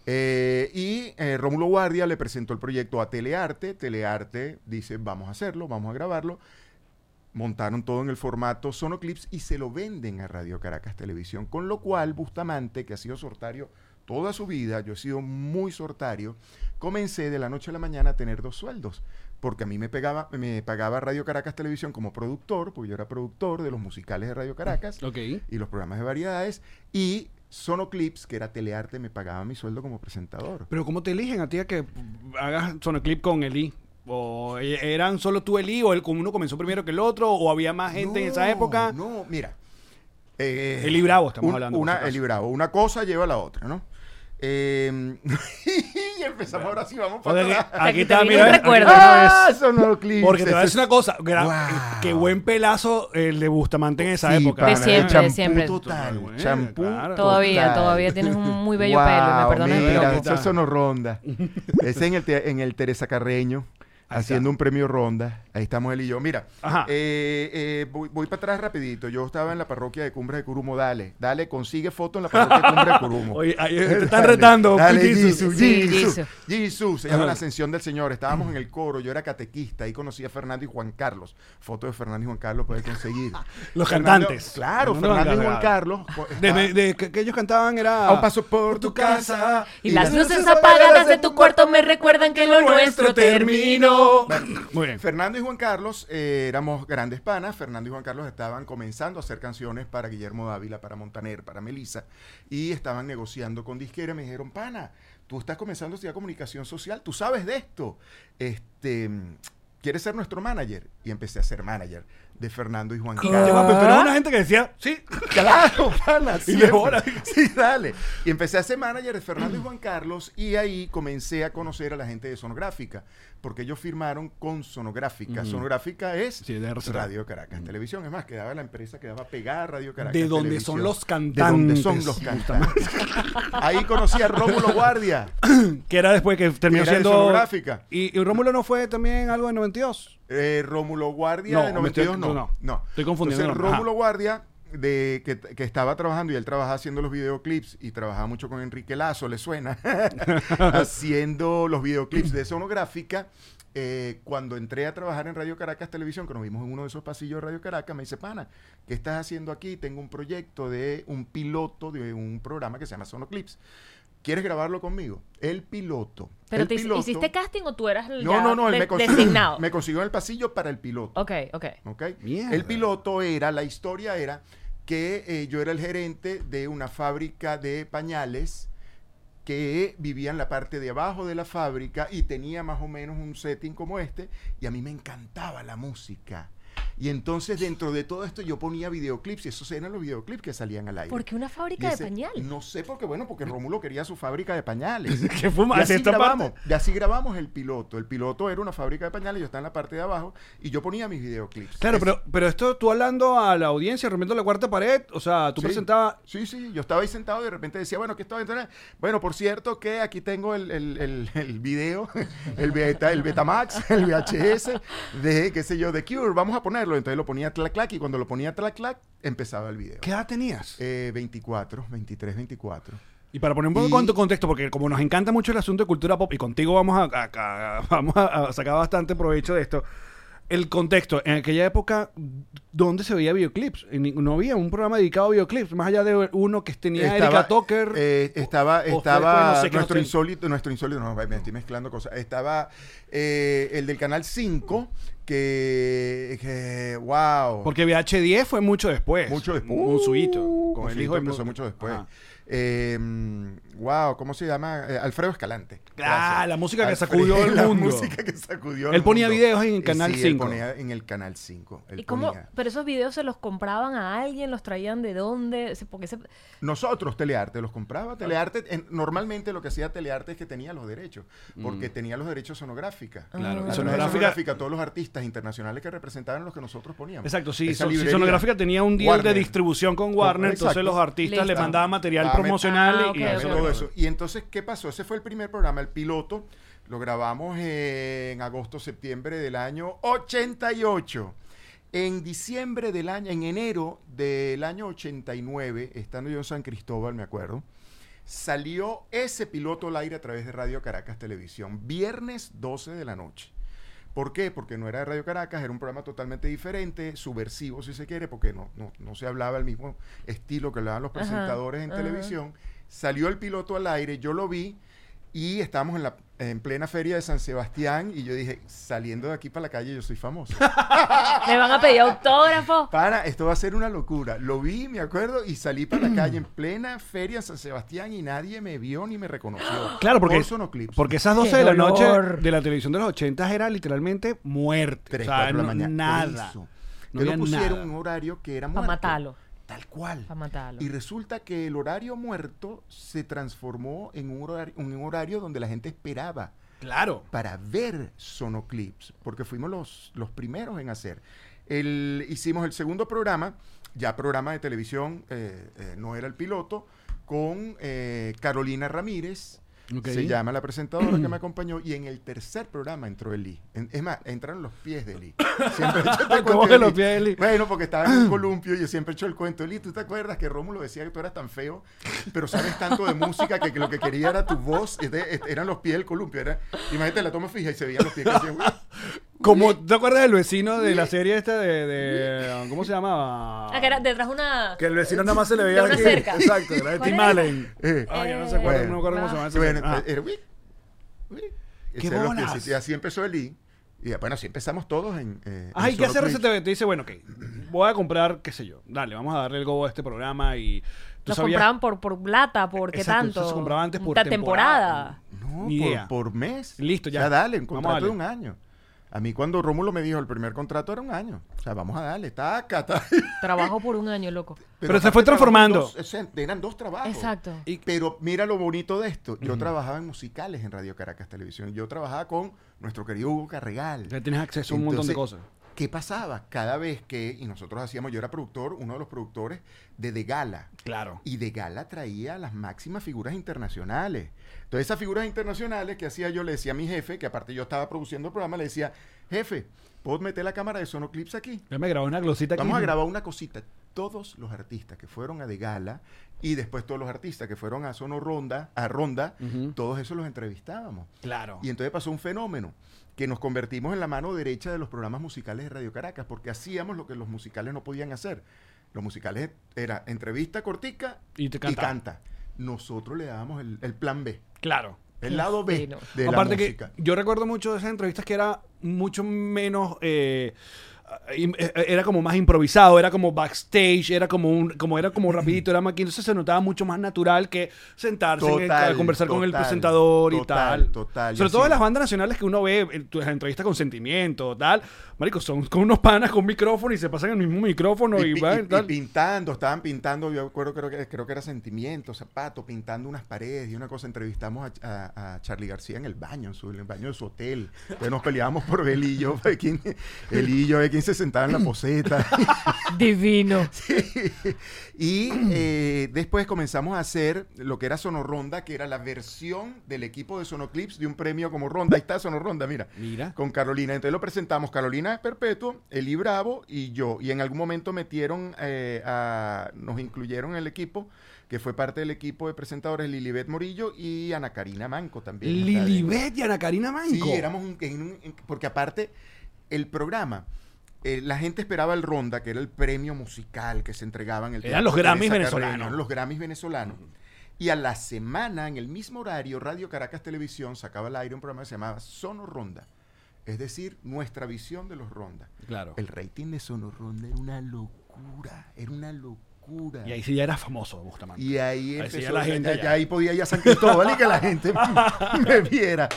D: Eh, y eh, Rómulo Guardia le presentó el proyecto a Telearte. Telearte dice, vamos a hacerlo, vamos a grabarlo. Montaron todo en el formato Sonoclips y se lo venden a Radio Caracas Televisión. Con lo cual, Bustamante, que ha sido sortario toda su vida, yo he sido muy sortario, comencé de la noche a la mañana a tener dos sueldos. Porque a mí me, pegaba, me pagaba Radio Caracas Televisión como productor, porque yo era productor de los musicales de Radio Caracas
C: Ok.
D: y los programas de variedades y Sonoclips, que era Telearte, me pagaba mi sueldo como presentador.
C: Pero ¿cómo te eligen a ti a que hagas sonoclip con Eli? ¿O e- eran solo tú Eli o el como uno comenzó primero que el otro? ¿O había más gente en esa
D: No,
C: época?
D: No, mira. Eh,
C: Eli Bravo estamos
D: un-
C: hablando, por si
D: Una,
C: acaso.
D: Eli Bravo. Una cosa lleva a la otra, ¿no? Eh, y empezamos ahora sí, vamos
C: O sea
D: para
C: que
D: atrás.
C: aquí
B: que
C: está,
B: te viene
C: mira.
B: un
C: aquí
B: recuerdo.
C: está, es-
D: Ah, sonó clips.
C: eh, Porque te voy a decir una cosa, gra- eh,
D: Wow.
C: qué buen pelazo el de Bustamante en esa
D: Sí,
C: época.
D: pana,
B: De siempre,
D: champú
B: de siempre.
D: total,
C: Bueno,
D: champú
C: claro.
B: Todavía,
D: total.
B: todavía tienes un muy bello pelo, me perdonas el
D: mira,
B: piropo.
D: Eso sonó ronda. Ese en el, te- en el Teresa Carreño,
C: Ahí
D: haciendo
C: está.
D: un premio ronda. Ahí estamos él y yo. Mira,
C: Ajá.
D: eh, eh, voy, voy para atrás rapidito. Yo estaba en la parroquia de Cumbres de Curumo. Dale, dale, consigue foto en la parroquia de Cumbres de Curumo.
C: Oye, ahí eh, te están
D: Dale,
C: retando.
D: Dale,
C: Jesus.
D: Jesus,
B: Sí,
D: Jesus,
B: Jesus.
D: Jesus. Se llama
C: Ajá.
D: La Ascensión del Señor. Estábamos en el coro, yo era catequista, ahí conocí a Fernando y Juan Carlos. Foto de Fernando y Juan Carlos puede conseguir.
C: Los
D: Fernando-
C: cantantes.
D: Claro,
C: No, no,
D: Fernando y
C: no, no,
D: Juan
C: no.
D: Carlos. pues, co-
C: De,
D: está-
C: de- de que, que ellos cantaban era...
D: a un paso por tu casa
B: Y las luces apagadas de tu cuarto me recuerdan que lo nuestro terminó.
C: Muy bien.
D: Fernando y Juan Carlos eh, éramos grandes panas. Fernando y Juan Carlos estaban comenzando a hacer canciones para Guillermo Dávila, para Montaner, para Melissa. Y estaban negociando con disquera. Me dijeron, pana, tú estás comenzando a estudiar comunicación social. Tú sabes de esto. Este, ¿Quieres ser nuestro manager? Y empecé a ser manager de Fernando y Juan Carlos.
C: Llegó a Pepe, era una gente que decía, sí,
D: Claro, pana,
C: Y
D: siempre.
C: de bola.
D: Sí, dale. Y empecé a ser manager de Fernando y Juan Carlos y ahí comencé a conocer a la gente de Sonográfica, porque ellos firmaron con Sonográfica. Sonográfica es
C: Sí, de RCA.
D: Radio Caracas Televisión. Es más, quedaba la empresa, quedaba pegada a Radio Caracas
C: De donde son
D: Televisión.
C: los
D: De donde son
C: cantantes,
D: los cantantes. ahí conocí a Rómulo Guardia.
C: que era después que terminó
D: Era de
C: siendo...
D: Sonográfica.
C: Y, y Rómulo no fue también algo de 92.
D: Eh, Rómulo Guardia
C: No,
D: de
C: me estoy-
D: 92 no,
C: no,
D: no.
C: no. Estoy confundiendo
D: Entonces,
C: nombres.
D: Rómulo
C: Ajá.
D: Guardia de que, que estaba trabajando y él trabajaba haciendo los videoclips y trabajaba mucho con Enrique Lazo, le suena, haciendo los videoclips de sonográfica. Eh, cuando entré a trabajar en Radio Caracas Televisión, que nos vimos en uno de esos pasillos de Radio Caracas, me dice, pana, ¿qué estás haciendo aquí? Tengo un proyecto de un piloto de un programa que se llama Sonoclips. ¿Quieres grabarlo conmigo? El piloto.
B: ¿Pero
D: El
B: te hici-
D: piloto-
B: hiciste casting o tú eras el
D: no,
B: ya
D: no, no, él
B: de-
D: me consiguió,
B: designado?
D: me consiguió en el pasillo para el piloto.
B: Ok, ok.
D: ¿ok?
C: Mierda.
D: El piloto era, la historia era que eh, yo era el gerente de una fábrica de pañales que vivía en la parte de abajo de la fábrica y tenía más o menos un setting como este y a mí me encantaba la música. Y entonces dentro de todo esto yo ponía videoclips y esos eran los videoclips que salían al aire.
B: ¿Por qué una
D: Y
B: fábrica de
D: ese-
B: pañales?
D: No sé por qué, bueno, porque Rómulo quería su fábrica de pañales.
C: Que fuma,
D: Y
C: hacia
D: así,
C: esta
D: grabamos,
C: parte.
D: y así grabamos el piloto. El piloto era una fábrica de pañales, yo estaba en la parte de abajo y yo ponía mis videoclips.
C: Claro,
D: Es-
C: pero, pero esto tú hablando a la audiencia, rompiendo la cuarta pared, o sea, tú
D: Sí.
C: presentabas...
D: Sí, sí, yo estaba ahí sentado y de repente decía, bueno, ¿qué estaba entrando? Bueno, por cierto que aquí tengo el, el- el- el video, el, beta, el Betamax, el VHS, de, qué sé yo, de Cure, vamos a ponerlo. Entonces lo ponía tlac, clac y cuando lo ponía tlac, clac, empezaba el video.
C: ¿Qué edad tenías?
D: Eh, 24, 23, 24.
C: Y para poner un poco
D: Y-
C: de contexto, porque como nos encanta mucho el asunto de cultura pop, y contigo vamos a, a- a- vamos a- a sacar bastante provecho de esto, el contexto, en aquella época, ¿dónde se veía videoclips? En ni- No había un programa dedicado a videoclips, más allá de uno que tenía Erika Tucker.
D: eh, estaba,
C: o- o
D: estaba
C: fue- no sé, que no
D: nuestro
C: sé.
D: insólito, nuestro insólito, no, me estoy mezclando cosas. Estaba eh, el del canal 5, que, que wow.
C: porque VH10 fue mucho después.
D: Mucho después.
C: Un suyito.
D: con el hijo empezó mucho después.
C: Ajá.
D: Eh, wow, ¿cómo se llama? Eh, Alfredo Escalante.
C: Ah, la música que
D: Alfredo-
C: sacudió el mundo.
D: La música que sacudió
C: Él ponía
D: mundo.
C: videos en el
D: Eh,
C: Canal
D: sí,
C: 5.
D: Él ponía en el canal 5. él
B: ¿Y cómo?
D: ponía.
B: ¿Pero esos videos se los compraban a alguien? ¿Los traían de dónde? Se- Porque se-
D: Nosotros, Telearte, los compraba. Telearte, en- normalmente lo que hacía Telearte es que tenía los derechos, porque tenía los derechos sonográficas.
C: Mm.
B: Ah,
C: Claro,
D: La
C: Sonográfica-
D: sonográfica, sonográfica, todos los artistas internacionales que representaban los que nosotros poníamos.
C: Exacto, sí.
D: Esa
C: so- sí,
D: librería.
C: Sonográfica tenía un deal
D: Warner.
C: de distribución con Warner,
D: Exacto.
C: entonces los artistas le
B: Listo.
C: mandaban material
D: Dame-
C: promocional
B: Ah,
C: y, y
B: ok,
C: eso
B: ok.
C: lo-
D: todo eso. Y entonces, ¿qué pasó? Ese fue el primer programa, el piloto. Lo grabamos eh, en agosto, septiembre del año 88. En diciembre del año, en enero del año 89, estando yo en San Cristóbal, me acuerdo, salió ese piloto al aire a través de Radio Caracas Televisión, viernes 12 de la noche. ¿Por qué? Porque no era de Radio Caracas, era un programa totalmente diferente, subversivo si se quiere, porque no, no, no se hablaba el mismo estilo que hablaban los
B: Ajá,
D: presentadores en
B: ajá.
D: televisión. Salió el piloto al aire, yo lo vi y estábamos en, la, en plena feria de San Sebastián y yo dije, saliendo de aquí para la calle yo soy famoso.
B: me van a pedir autógrafo.
D: Para, esto va a ser una locura. Lo vi, me acuerdo, y salí para la calle en plena feria en San Sebastián y nadie me vio ni me reconoció.
C: Claro, porque,
D: Por Sonoclips.
C: porque esas 12 de la noche de la televisión de los 80 era literalmente muerte.
D: Tres,
C: o sea,
D: cuatro
C: no-
D: de la mañana.
C: nada.
D: Por eso.
C: No
D: Yo
C: había
D: le pusieron
C: nada.
D: un horario que era
B: Para
D: muerto.
B: matarlo.
D: Tal cual.
B: Para matarlo.
D: Y resulta que el horario muerto se transformó en un horario, un horario donde la gente esperaba
C: Claro.
D: para ver sonoclips, porque fuimos los, los primeros en hacer. El, hicimos el segundo programa, ya programa de televisión, eh, eh, no era el piloto, con eh, Carolina Ramírez.
C: Ok.
D: Se llama la presentadora que me acompañó y en el tercer programa entró Eli. En- es más, entraron los pies de Eli. Siempre yo te
C: ¿Cómo
D: cuento
C: que los pies de Eli?
D: Bueno, porque estaba en un columpio y yo siempre he hecho el cuento. Eli, ¿tú te acuerdas que Rómulo decía que tú eras tan feo, pero sabes tanto de música que, que lo que quería era tu voz? Este- este- eran los pies del columpio. Era, imagínate la toma fija y se veían los pies. Que hacían, "Uy".
C: Como, ¿Te acuerdas del vecino de la serie esta de... de- ¿Cómo se llamaba?
B: Ah, que era detrás una...
C: Que el vecino nada más se le
B: De
C: veía
B: una
C: aquí.
B: cerca.
C: Exacto, era de
B: ¿Cuál
C: Tim
B: era?
C: Allen.
D: Eh,
C: Ay, Ah, yo no se
B: Eh,
C: acuerdo, no me acuerdo cómo se llama ese
D: bueno, eh,
C: señor. Ah,
D: era, "Uy, uy".
C: ¡Qué
D: Ese era los pies.
C: bolas!
D: Y así empezó Eli. Y ah, bueno, así empezamos todos en. eh,
C: Ay,
D: en
C: ¿qué hace
D: Sonoclips.
C: RCTV? Te dice, bueno, ok, voy a comprar, qué sé yo. Dale, vamos a darle el go a este programa y... ¿tú
B: Los
C: sabías?
B: compraban por, por plata, por qué
C: Exacto,
B: tanto.
C: se compraba antes por
B: La
C: temporada.
B: temporada.
D: No,
C: Ni
D: por-
C: idea.
D: Por, mes.
C: Listo, ya.
D: O sea, dale, un
C: Vamos a
D: contrato de
C: darle.
D: un año. A mí cuando Rómulo me dijo el primer contrato era un año. O sea, vamos a darle, taca, taca.
B: Trabajo por un año, loco.
C: Pero se fue
D: aparte trabajaban
C: transformando.
D: dos- o sea, eran dos trabajos.
B: Exacto.
D: Y- pero mira lo bonito de esto. Yo trabajaba en musicales en Radio Caracas Televisión. Yo trabajaba con nuestro querido Hugo Carregal.
C: Ya tienes acceso a un montón de
D: Entonces,
C: cosas.
D: ¿Qué pasaba? Cada vez que, y nosotros hacíamos, yo era productor, uno de los productores de De Gala.
C: Claro.
D: Y de gala traía a las máximas figuras internacionales. Entonces, esas figuras internacionales que hacía yo, le decía a mi jefe, que aparte yo estaba produciendo el programa, le decía, jefe, ¿puedo meter la cámara de Sonoclips aquí?
C: Ya me grabó una glosita aquí.
D: Vamos a grabar una cosita. Todos los artistas que fueron a De Gala y después todos los artistas que fueron a Sono Ronda, a Ronda,
C: Ujú.
D: todos esos los entrevistábamos.
C: Claro.
D: Y entonces pasó un fenómeno, que nos convertimos en la mano derecha de los programas musicales de Radio Caracas, porque hacíamos lo que los musicales no podían hacer. Los musicales era entrevista cortica
C: Y te canta.
D: Nosotros le dábamos el, el plan B,
C: Claro.
D: el lado B
B: fino.
D: de
C: Aparte
D: la
C: que
D: música.
C: yo recuerdo mucho de esas entrevistas que era mucho menos... eh, im- eh, era como más improvisado, era como backstage, era como un, como era como rapidito, era más que- entonces se notaba mucho más natural que sentarse en el-
D: Total,
C: a conversar con el
D: total,
C: presentador y
D: total,
C: tal.
D: total,
C: Sobre
D: y
C: todo
D: así.
C: en las bandas nacionales que uno ve, eh, las entrevistas con sentimiento, tal. Marico, son con unos panas con micrófono y se pasan el mismo micrófono y,
D: pi-
C: van,
D: y- y
C: tal.
D: pintando, estaban pintando, yo recuerdo creo que, creo que era Sentimiento, Zapato, pintando unas paredes y una cosa. Entrevistamos a, a- a Charly García en el baño, en, su, en el baño de su hotel. Entonces nos peleábamos por él y yo, de quién, él y yo, de quién se sentaba en la poseta.
B: Divino.
D: y eh, después comenzamos a hacer lo que era Sonoronda, que era la versión del equipo de Sonoclips de un premio como Ronda. Ahí está Sonoronda, mira.
C: Mira.
D: Con Carolina. Entonces lo presentamos Carolina Perpetuo, Eli Bravo y yo. Y en algún momento metieron eh, a. Nos incluyeron en el equipo, que fue parte del equipo de presentadores Lilibet Morillo y Ana Karina Manco también. está dentro.
C: Lilibet y Ana Karina Manco.
D: Sí, éramos un- en un- en- porque aparte, el programa, eh, la gente esperaba el Ronda, que era el premio musical que se entregaba en el
C: Eran
D: Teatro
C: los Grammys
D: Teresa Carreño,
C: venezolanos.
D: eran los Grammys venezolanos. Y a la semana, en el mismo horario, Radio Caracas Televisión sacaba al aire un programa que se llamaba Sono Ronda. Es decir, nuestra visión de los Ronda.
C: Claro.
D: El rating de Sono Ronda era una locura, era una locura.
C: Y ahí sí ya era famoso Bustamante.
D: Y ahí
C: Ahí sí
D: empezó,
C: ya la gente
D: ya-
C: ya.
D: ya ahí podía ya San Cristóbal y que la gente me viera.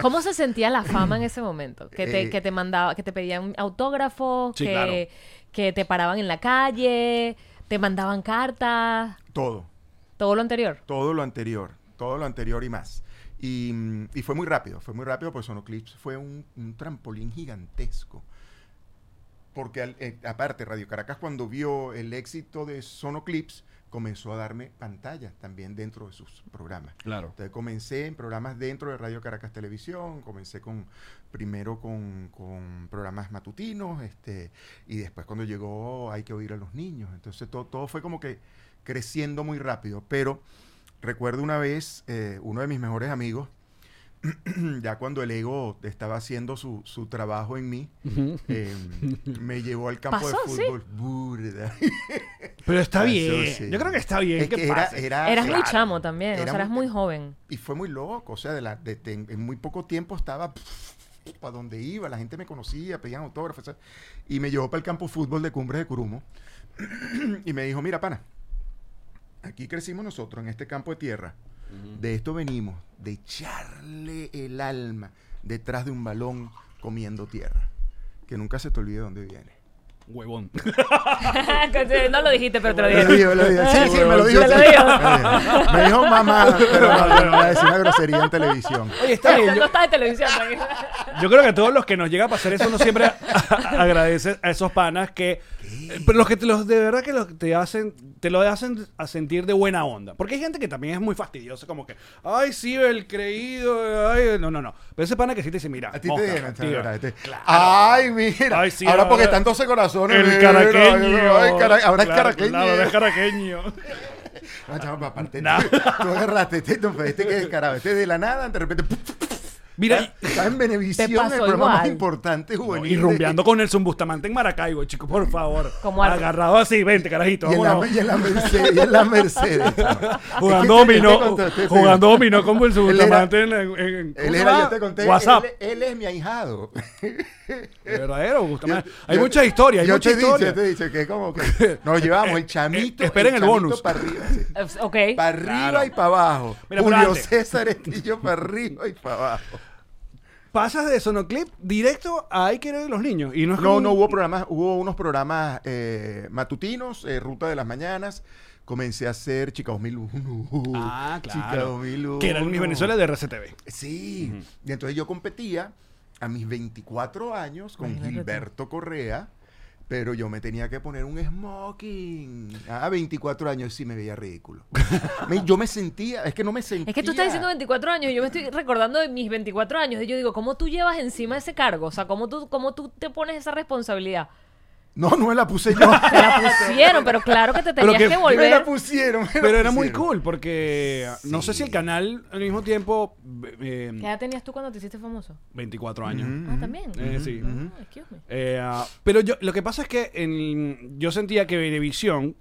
B: ¿Cómo se sentía la fama en ese momento? Que te,
D: Eh.
B: que te mandaba, que te pedían autógrafos,
C: Sí,
B: que,
C: claro.
B: que te paraban en la calle, te mandaban cartas,
D: Todo.
B: todo lo anterior.
D: todo lo anterior, todo lo anterior y más. Y, mm, y fue muy rápido, fue muy rápido, pues Sonoclips fue un, un trampolín gigantesco. Porque al- eh, aparte, Radio Caracas cuando vio el éxito de Sonoclips, comenzó a darme pantalla también dentro de sus programas.
C: Claro.
D: Entonces comencé en programas dentro de Radio Caracas Televisión, comencé con primero con, con programas matutinos, este, y después cuando llegó hay que oír a los niños. Entonces todo, todo fue como que creciendo muy rápido. Pero recuerdo una vez, eh, uno de mis mejores amigos, ya cuando el ego estaba haciendo su, su trabajo en mí, eh, me llevó al campo
B: Pasó,
D: de
B: sí.
D: fútbol. Burda.
C: Pero está
D: Eso
C: bien.
D: sí.
C: Yo creo que está bien.
D: Es
C: que
D: que era-
C: pase.
D: era-
B: eras muy
D: Ah, claro,
B: chamo también, o
D: era
B: sea, eras muy joven.
D: y fue muy loco, o sea, de la, de- de- en muy poco tiempo estaba para donde iba, la gente me conocía, pedían autógrafos, o sea, y me llevó para el campo de fútbol de Cumbres de Curumo y me dijo, mira, pana, aquí crecimos nosotros, en este campo de tierra, de esto venimos, de echarle el alma detrás de un balón comiendo tierra, que nunca se te olvide de dónde viene.
C: huevón.
B: no lo dijiste, pero te lo
D: Me lo
B: dije.
D: dijo, me lo dijo. Sí, sí, me lo dijo.
B: Me lo
D: sí.
B: dijo.
D: Me dijo. Me dijo mamá, pero no, yo no voy a decir una grosería en televisión.
C: Oye, está bien.
B: No
C: Yo,
B: estás en televisión.
C: yo creo que a todos los que nos llega a pasar eso, uno siempre a- a- agradece a esos panas que. eh, pero los que te los, de verdad que los que te hacen, te lo hacen a sentir de buena onda. Porque hay gente que también es muy fastidiosa, como que, ay, sí, el creído, ay, no, no, no. Pero ese pana que sí te dice, mira,
D: A ti
C: mosca,
D: te dijeron,
C: tío,
D: Ay, mira.
C: Ay, sí,
D: ahora porque
C: ahora-
D: están 12 corazones.
C: El
D: mira,
C: caraqueño.
D: ay, cara- ahora
C: Claro,
D: es caraqueño.
C: claro, ahora es caraqueño.
D: No, chamo, aparte,
C: Nah.
D: tú agarraste este, tú pediste que descarado. Este de la nada, de repente. ¡puf!
C: Mira,
D: Está en Benevisión,
B: Te
D: el
B: pasó
D: programa más
B: igual.
D: importante
C: No,
D: juvenil.
C: Y
D: de-
C: rumbeando con Nelson Bustamante en Maracaibo, chico, por favor.
B: Como árbitro.
C: Agarrado así, vente, carajito.
D: Y en, la,
C: vámonos.
D: y en la Mercedes. Y en la Mercedes. chamo.
C: Jugando
D: Es que- es que
C: dominó,
D: contra- te- te-
C: jugando dominó con Nelson
D: Él era-
C: Bustamante en, en- en- ¿cómo
D: Él
C: se
D: era,
C: llama?
D: yo te conté.
C: WhatsApp.
D: Él, él es mi ahijado.
C: De verdadero, Bustamante.
D: Yo-
C: Hay
D: yo-
C: mucha historia, hay
D: yo
C: mucha
D: te he dicho,
C: historia.
D: yo te he dicho que como que nos llevamos el chamito.
C: eh, esperen el
D: chamito
C: bonus.
D: Para arriba, sí.
B: Ok.
D: Para arriba
C: Claro.
D: y para abajo.
C: Mira, pero
D: Julio
C: antes.
D: César Estillo para arriba y para abajo.
C: Pasas de Sonoclip directo a Hay que ver los niños. Y no es
D: No,
C: como-
D: no hubo programas, hubo unos programas eh, matutinos, eh, Ruta de las Mañanas. Comencé a hacer Chica 2001.
C: Ah,
D: Chica
C: claro.
D: 2001.
C: Que era el Miss Venezuela de RCTV.
D: Sí. Y entonces yo competía a mis 24 años con Gilberto Correa, pero yo me tenía que poner un smoking. A 24 años sí me veía ridículo. Me- yo me sentía, es que no me sentía.
B: Es que tú estás diciendo 24 años y yo me estoy recordando de mis 24 años. Y yo digo, ¿cómo tú llevas encima ese cargo? O sea, ¿cómo tú, cómo tú te pones esa responsabilidad?
D: No, no me la puse yo.
B: Te la pusieron, pero claro que te
C: Pero
B: tenías
C: que-
B: que
D: Me la
B: volver.
D: pusieron. me la
C: Pero era muy
D: pusieron.
C: cool porque no sé si el canal al mismo tiempo. eh,
B: ¿Qué edad tenías tú cuando te hiciste famoso?
C: 24 años.
B: Ah,
D: Mm-hmm.
B: también.
C: Eh, sí.
B: Ah, excuse me.
C: Eh, ah, pero yo, lo que pasa es que en- yo sentía que Venevisión,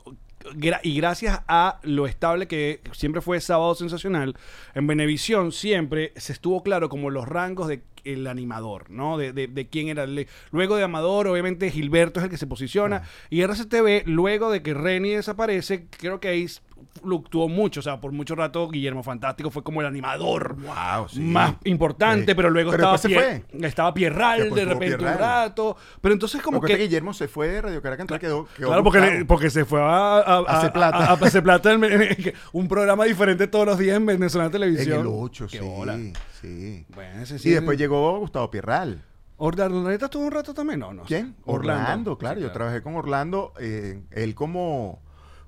C: gra- y gracias a lo estable que siempre fue Sábado Sensacional, en Venevisión siempre se estuvo claro como los rangos de el animador, ¿no? De, de- de quién era. el- Luego de Amador, obviamente Gilberto es el que se posiciona. Y RCTV, luego de que Reni desaparece, creo que ahí s- fluctuó mucho. O sea, por mucho rato Guillermo Fantástico fue como el animador
D: Wow, Mm. sí.
C: más importante,
D: Sí.
C: pero luego
D: Pero
C: estaba,
D: después se
C: Pie- estaba Pierral
D: Después
C: de
D: estuvo
C: repente un
D: Pierral.
C: rato. Pero entonces como
D: Acuérdate
C: que...
D: Guillermo se fue de Radio Caracas, entonces quedó, quedó
C: Claro, porque, le-
D: Gustavo.
C: porque se fue a, a,
D: A hacer plata.
C: a- a hacer plata en- en- un programa diferente todos los días en Venezolana
D: en
C: Televisión.
D: el 8,
C: Qué
D: sí,
C: bola.
D: sí.
C: Bueno, ese sí.
D: Y después llegó Gustavo Pierral.
C: Orlando Neta estuvo un rato también, ¿no? no
D: ¿Quién?
C: sé.
D: Orlando, claro. Yo trabajé con Orlando, eh, él como,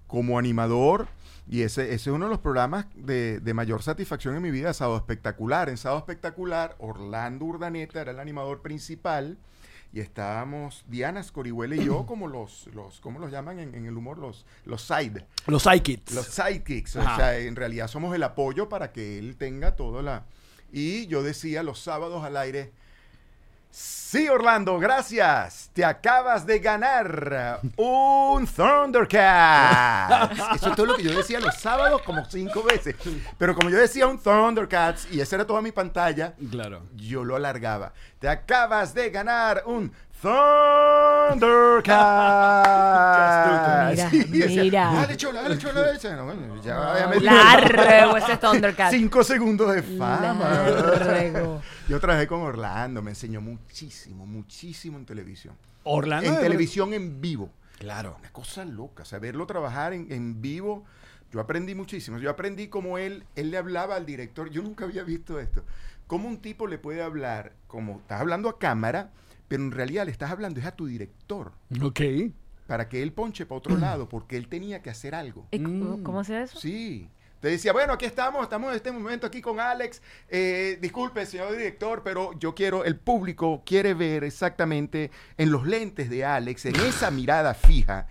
D: como animador. Y ese, ese es uno de los programas de, de mayor satisfacción en mi vida, Sábado Espectacular. En Sábado Espectacular, Orlando Urdaneta era el animador principal. Y estábamos Diana Scorihuela y yo como los, los ¿cómo los llaman en, en el humor? Los, los side.
C: Los Psychics.
D: Los sidekicks.
C: Ajá.
D: O sea, en realidad somos el apoyo para que él tenga todo la. Y yo decía los sábados al aire. Sí, Orlando, gracias. Te acabas de ganar un Thundercat. Eso es todo lo que yo decía los sábados como cinco veces. Pero como yo decía un Thundercats y esa era toda mi pantalla,
C: Claro.
D: yo lo alargaba. Te acabas de ganar un Thundercat.
B: Mira,
D: Sí, decía,
B: mira.
D: Dale chola, dale chola, dale chola. No, bueno, ya, déjame-
B: Largo ese Thundercat.
D: Cinco segundos de fama.
B: Largo.
D: Yo trabajé con Orlando, me enseñó muchísimo, muchísimo en televisión.
C: Orlando.
D: en
C: de-
D: televisión en vivo.
C: Claro.
D: Una cosa loca, saberlo trabajar en, en vivo. Yo aprendí muchísimo. Yo aprendí cómo él, él le hablaba al director. Yo nunca había visto esto. Cómo un tipo le puede hablar, como estás hablando a cámara, pero en realidad le estás hablando es a tu director,
C: Ok.
D: para que él ponche para otro lado, porque él tenía que hacer algo.
B: Eh, ¿Cómo cómo se hace eso?
D: Sí. Te decía, bueno, aquí estamos, estamos en este momento aquí con Alex. Eh, disculpe, señor director, pero yo quiero, el público quiere ver exactamente en los lentes de Alex, en esa mirada fija.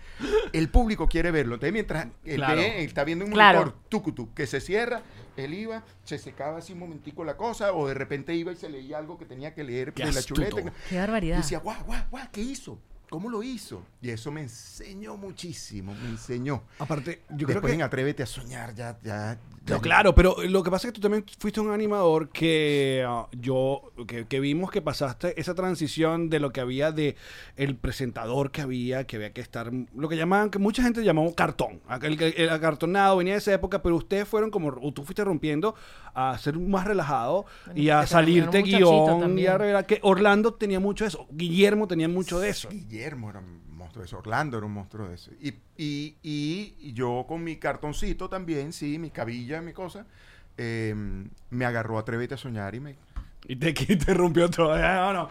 D: El público quiere verlo. Entonces, mientras él
C: Claro.
D: ve, él está viendo un
B: Claro.
D: monitor tucutu que se cierra, él iba, se secaba así un momentico la cosa, o de repente iba y se leía algo que tenía que leer
C: Qué
D: de la
C: astuto.
D: chuleta.
B: Qué
D: Y
B: barbaridad.
D: decía, guau, guau, guau, ¿qué hizo? ¿Cómo lo hizo? Y eso me enseñó muchísimo, me enseñó.
C: Aparte, yo creo
D: Después
C: que...
D: en Atrévete a soñar, ya, ya.
C: No,
D: ya-
C: claro, pero lo que pasa es que tú también fuiste un animador que ah, yo, que, que vimos que pasaste esa transición de lo que había de el presentador que había, que había que estar, lo que llamaban, que mucha gente llamó cartón, aquel que- el acartonado, venía de esa época, pero ustedes fueron como, o tú fuiste rompiendo a ser más relajado y a
B: que te volvieron
C: salirte
B: muchachito
C: guión y a
B: también.
C: revelar que Orlando tenía mucho de eso, Guillermo tenía mucho de eso.
D: Guillermo era un monstruo de eso. Orlando era un monstruo de eso. Y, y- y- y yo con mi cartoncito también, sí, mi cabilla, mi cosa, eh, me agarró Atrévete a soñar y me...
C: Y te que interrumpió todo. Ah, No, no.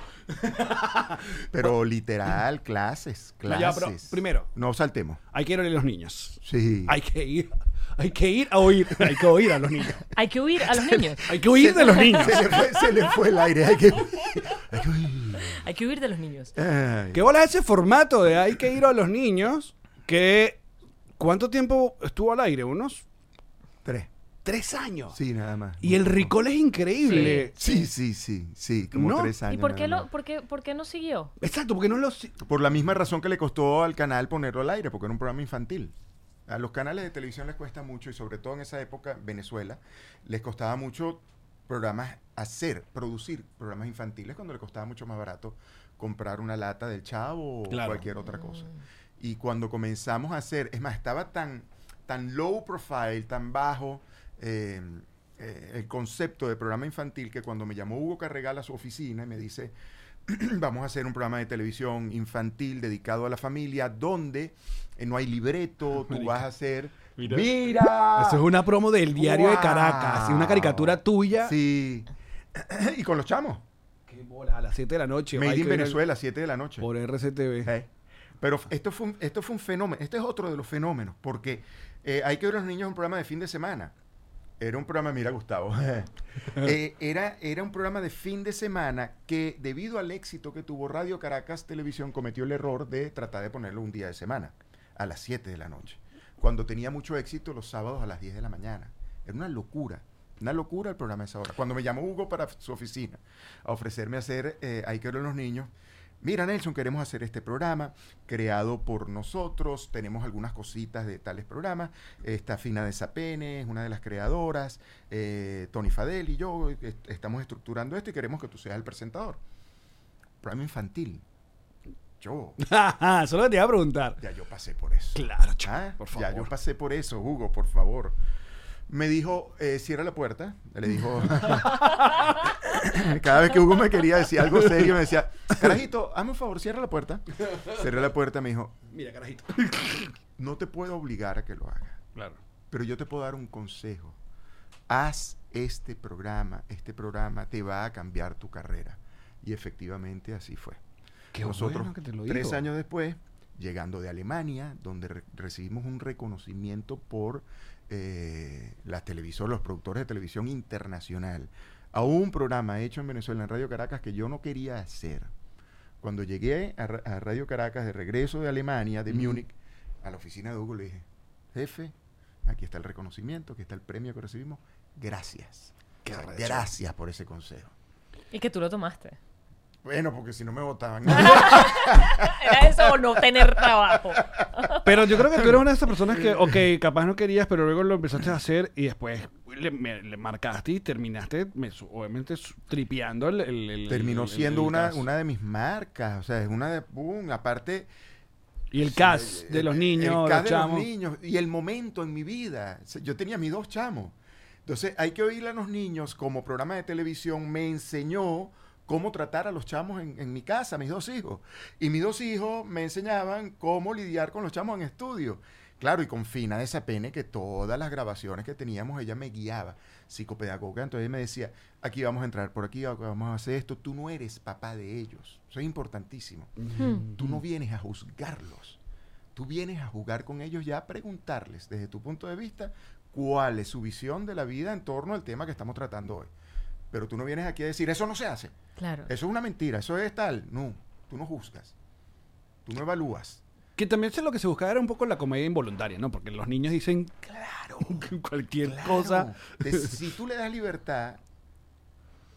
D: Pero literal, clases,
C: No, Ah. ya, pero
D: clases.
C: primero.
D: No saltemos.
C: Hay que ir a los niños.
D: Sí.
C: Hay que ir. Hay que ir a oír. Hay que oír a los niños.
B: Hay que huir a los niños.
C: Hay que oír de los niños.
D: Se le fue, se le fue el aire. Hay que... hay que-
B: Hay que huir de los niños.
D: Ay.
C: ¿Qué bola es ese formato de hay que ir a los niños? Que ¿cuánto tiempo estuvo al aire? Unos
D: Tres.
C: tres años.
D: Sí, nada más.
C: Y el ricol es increíble.
D: Sí, sí, sí, sí, como
C: No.
D: tres años.
B: ¿Y por qué,
D: nada
B: lo,
D: más.
B: por, qué, por qué no siguió?
C: Exacto, porque no lo si-
D: Por la misma razón que le costó al canal ponerlo al aire, porque era un programa infantil. A los canales de televisión les cuesta mucho, y sobre todo en esa época, Venezuela, les costaba mucho programas, hacer, producir programas infantiles, cuando le costaba mucho más barato comprar una lata del chavo o
C: Claro.
D: cualquier otra cosa. Y cuando comenzamos a hacer, es más, estaba tan, tan low profile, tan bajo eh, eh, el concepto de programa infantil que cuando me llamó Hugo Carregal a su oficina y me dice, vamos a hacer un programa de televisión infantil dedicado a la familia, donde eh, no hay libreto, tú vas a hacer...
C: Mira.
D: Mira,
C: Eso es una promo del diario de
D: Ah. ¡Guau!
C: Caracas, y una caricatura tuya.
D: Sí. y con los chamos.
C: Qué bola, a las 7 de la noche.
D: Made
C: hay
D: in
C: que ir al-
D: Venezuela, 7 de la noche.
C: Por RCTV.
D: Eh, Pero f- esto fue, un, esto fue un fenómeno, este es otro de los fenómenos, porque eh, Hay que ver a los niños es un programa de fin de semana. Era un programa, mira Gustavo, Eh, era, era un programa de fin de semana que debido al éxito que tuvo Radio Caracas Televisión cometió el error de tratar de ponerlo un día de semana, a las 7 de la noche, cuando tenía mucho éxito los sábados a las 10 de la mañana. Era una locura. Una locura el programa a esa hora. Cuando me llamó Hugo para su oficina a ofrecerme hacer eh, Hay que ver a los niños, Mira, Nelson, queremos hacer este programa creado por nosotros. Tenemos algunas cositas de tales programas. Está Fina de Sapene, es una de las creadoras. eh, Tony Fadel y yo est- estamos estructurando esto y queremos que tú seas el presentador. Programa infantil. Yo,
C: Solo te iba a preguntar.
D: ya yo pasé por eso.
C: Claro, chico,
D: Ah,
C: por
D: Ya
C: favor.
D: yo pasé por eso, Hugo, por favor. Me dijo, eh, cierra la puerta. Le dijo. Cada vez que Hugo me quería decir algo serio, me decía, carajito, hazme un favor, cierra la puerta. Cerré la puerta, me dijo,
C: Mira, carajito.
D: no te puedo obligar a que lo hagas,
C: Claro.
D: pero yo te puedo dar un consejo. Haz este programa, este programa te va a cambiar tu carrera. Y efectivamente así fue.
C: Qué
D: Nosotros,
C: bueno que te lo
D: tres
C: digo.
D: años después, llegando de Alemania, donde re- recibimos un reconocimiento por eh, las televisoras, los productores de televisión internacional, a un programa hecho en Venezuela, en Radio Caracas, que yo no quería hacer. Cuando llegué a, Ra- a Radio Caracas de regreso de Alemania, de
C: Ujú.
D: Múnich, a la oficina de Hugo le dije, jefe, aquí está el reconocimiento, aquí está el premio que recibimos, gracias.
C: Qué
D: O sea,
C: arrecho.
D: gracias por ese consejo.
B: Y que tú lo tomaste.
D: Bueno, porque si no me votaban.
B: Era eso o no tener trabajo.
C: Pero yo creo que tú eres una de esas personas que, ok, capaz no querías, pero luego lo empezaste a hacer y después le, me- le marcaste y terminaste, me su- obviamente, su- tripeando el. el- el-
D: terminó
C: el-
D: siendo
C: el
D: una,
C: cast.
D: una de mis marcas, o sea, es una de boom, aparte
C: Y el cast de los
D: el-
C: niños,
D: el
C: los
D: cas de los
C: chamos.
D: niños y el momento en mi vida. O sea, Yo tenía mis dos chamos. Entonces, hay que oírle a los niños como programa de televisión me enseñó cómo tratar a los chamos en, en mi casa, mis dos hijos. Y mis dos hijos me enseñaban cómo lidiar con los chamos en estudio. Claro, y con Fina de Sapene, que todas las grabaciones que teníamos, ella me guiaba, psicopedagoga, entonces ella me decía, aquí vamos a entrar por aquí, vamos a hacer esto, tú no eres papá de ellos, eso es importantísimo.
B: Hmm,
D: Tú no vienes a juzgarlos. Tú vienes a jugar con ellos ya a preguntarles desde tu punto de vista cuál es su visión de la vida en torno al tema que estamos tratando hoy. Pero tú no vienes aquí a decir, eso no se hace,
B: Claro.
D: eso es una mentira, eso es tal. No, tú no juzgas, tú no evalúas.
C: Que también sé lo que se buscaba era un poco la comedia involuntaria, ¿no? Porque los niños dicen, claro, cualquier cosa.
D: Te- si tú le das libertad,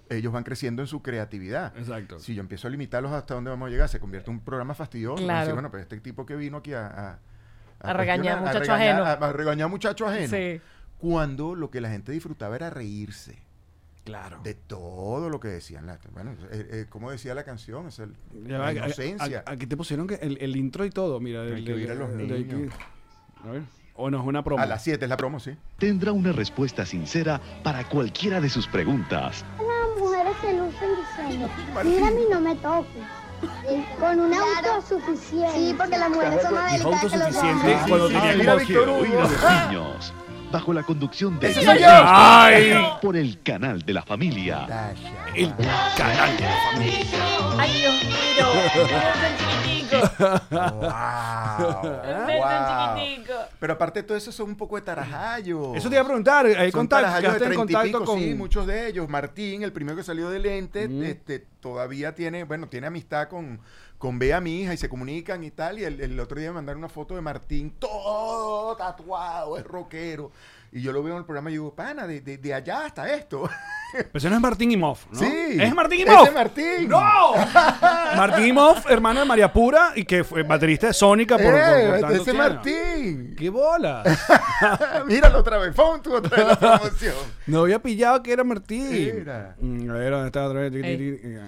D: ellos van creciendo en su creatividad.
C: Exacto.
D: Si yo empiezo a limitarlos hasta dónde vamos a llegar, se convierte en un programa fastidioso. Van a decir,
B: Claro.
D: bueno, pero este tipo que vino aquí a... a-
B: A regañar
D: cuestionar,
B: muchacho
D: regañar-
B: ajeno.
D: A, a regañar muchacho ajeno.
B: Sí.
D: Cuando lo que la gente disfrutaba era reírse
C: Claro.
D: de todo lo que decían. la- bueno, eh, eh, como decía la canción, es el-
C: Ya va,
D: la
C: a- a-
D: inocencia.
C: a- aquí te pusieron que el, el intro y todo, mira.
D: Hay
C: el-
D: que oír a
C: el-
D: los
C: el- el-
D: niños.
C: A ver. O no, es una promo.
D: a las 7 es la promo, sí.
E: tendrá una respuesta sincera para cualquiera de sus preguntas.
A: Las mujeres se lucen diciendo, mírame y no me toques. Con un auto suficiente. Sí, porque las mujeres son más delicadas que
C: Dijo
A: los
C: autosuficiente
A: hombres.
C: cuando
D: sí,
C: tenía como
D: sí. Mira, Víctor Hugo.
C: 100.
D: Uy,
E: Cuida a
D: ah.
E: los niños. Bajo la conducción de
D: soy yo!
C: ¡Ay!
E: por el canal de la familia.
C: Ah. El canal de la familia.
B: Ay, Dios mío. Ven tan chiquitico. Ven tan
D: Wow.
B: chiquitico.
D: Pero aparte de todo eso son un poco de tarajayo.
C: Eso te iba a preguntar. Hay
D: Son
C: contacto,
D: tarajayos de
C: quedaste en
D: 30 y
C: contacto
D: pico,
C: con.
D: sí, muchos de ellos. Martín, el primero que salió de lente, este, todavía tiene, bueno, tiene amistad con, con Bea, mi hija, y se comunican y tal. Y el, el otro día me mandaron una foto de Martín, todo tatuado, es rockero. Y yo lo veo en el programa y digo, pana, de, de- de allá hasta esto.
C: Pero ese no es Martín Imhoff, ¿no?
D: Sí.
C: ¿Es Martín
D: Ese
C: Imhoff?
D: es Martín.
C: ¡No! Martín Imhoff, hermano de María Pura y que fue baterista de Sónica por, por-
D: ¡Eh!
C: por tantos
D: ese es
C: años.
D: Martín.
C: ¡Qué bola!
D: Míralo otra vez, pon tú otra vez la promoción.
C: No había pillado que era Martín.
D: Mira.
C: Mm, A ver, ¿dónde está otra vez? Tic, tic,
B: Ey.
C: tic.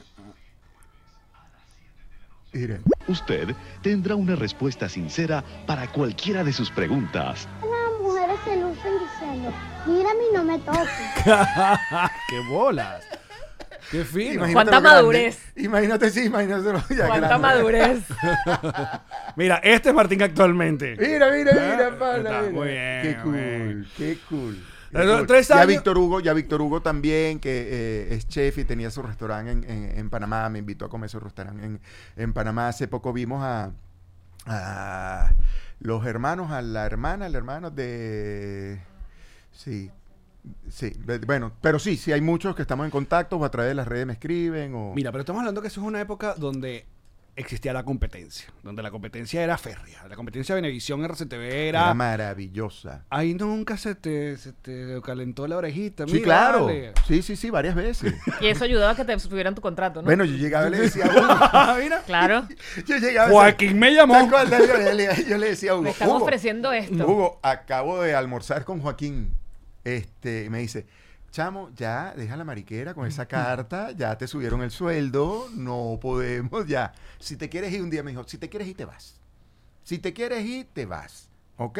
D: Mira.
E: Usted tendrá una respuesta sincera para cualquiera de sus preguntas.
A: Las mujeres se lucen diciendo, mírame y no me toques.
C: Ah, ¡Qué bolas! ¡Qué fino!
D: Imagínate
B: ¿Cuánta
D: lo grande.
B: madurez?
D: Imagínate, sí, imagínate. lo ya
B: Cuánta
D: grande.
B: madurez.
C: Mira, este es Martín actualmente.
D: Mira, mira,
C: Ah,
D: mira, pana,
C: está
D: mira.
C: muy bien,
D: Qué cool,
C: bien.
D: qué cool.
C: Eh,
D: Qué cool.
C: tres
D: Ya
C: años-
D: Víctor Hugo, ya Víctor Hugo también, que eh, es chef y tenía su restaurante en, en- en Panamá, me invitó a comer su restaurante en, en Panamá. Hace poco vimos a, a los hermanos, a la hermana, al hermano de... Sí, sí, be- bueno, pero sí, sí hay muchos que estamos en contacto, o a través de las redes me escriben o...
C: Mira, pero estamos hablando que eso es una época donde existía la competencia, donde la competencia era férrea. La competencia de Venevisión RCTV
D: Era
C: era...
D: maravillosa.
C: Ahí nunca se te, se te calentó la orejita.
D: Sí,
C: mira,
D: claro.
C: dale.
D: Sí, sí, sí, varias veces.
B: Y eso ayudaba a que te subieran tu contrato, ¿no?
D: bueno, yo llegaba y le decía a
C: Ah, mira.
B: Claro.
D: Hugo. Yo llegaba y
C: Joaquín me llamó.
D: ¿Te acuerdas? Yo, le, yo le decía a Hugo.
B: Me están
D: "Hugo,
B: ofreciendo esto.
D: Hugo, acabo de almorzar con Joaquín. Este, y me dice, chamo, ya deja la mariquera con esa carta, ya te subieron el sueldo, no podemos, ya. Si te quieres ir, un día me dijo, si te quieres ir, te vas. Si te quieres ir, te vas. ¿Ok?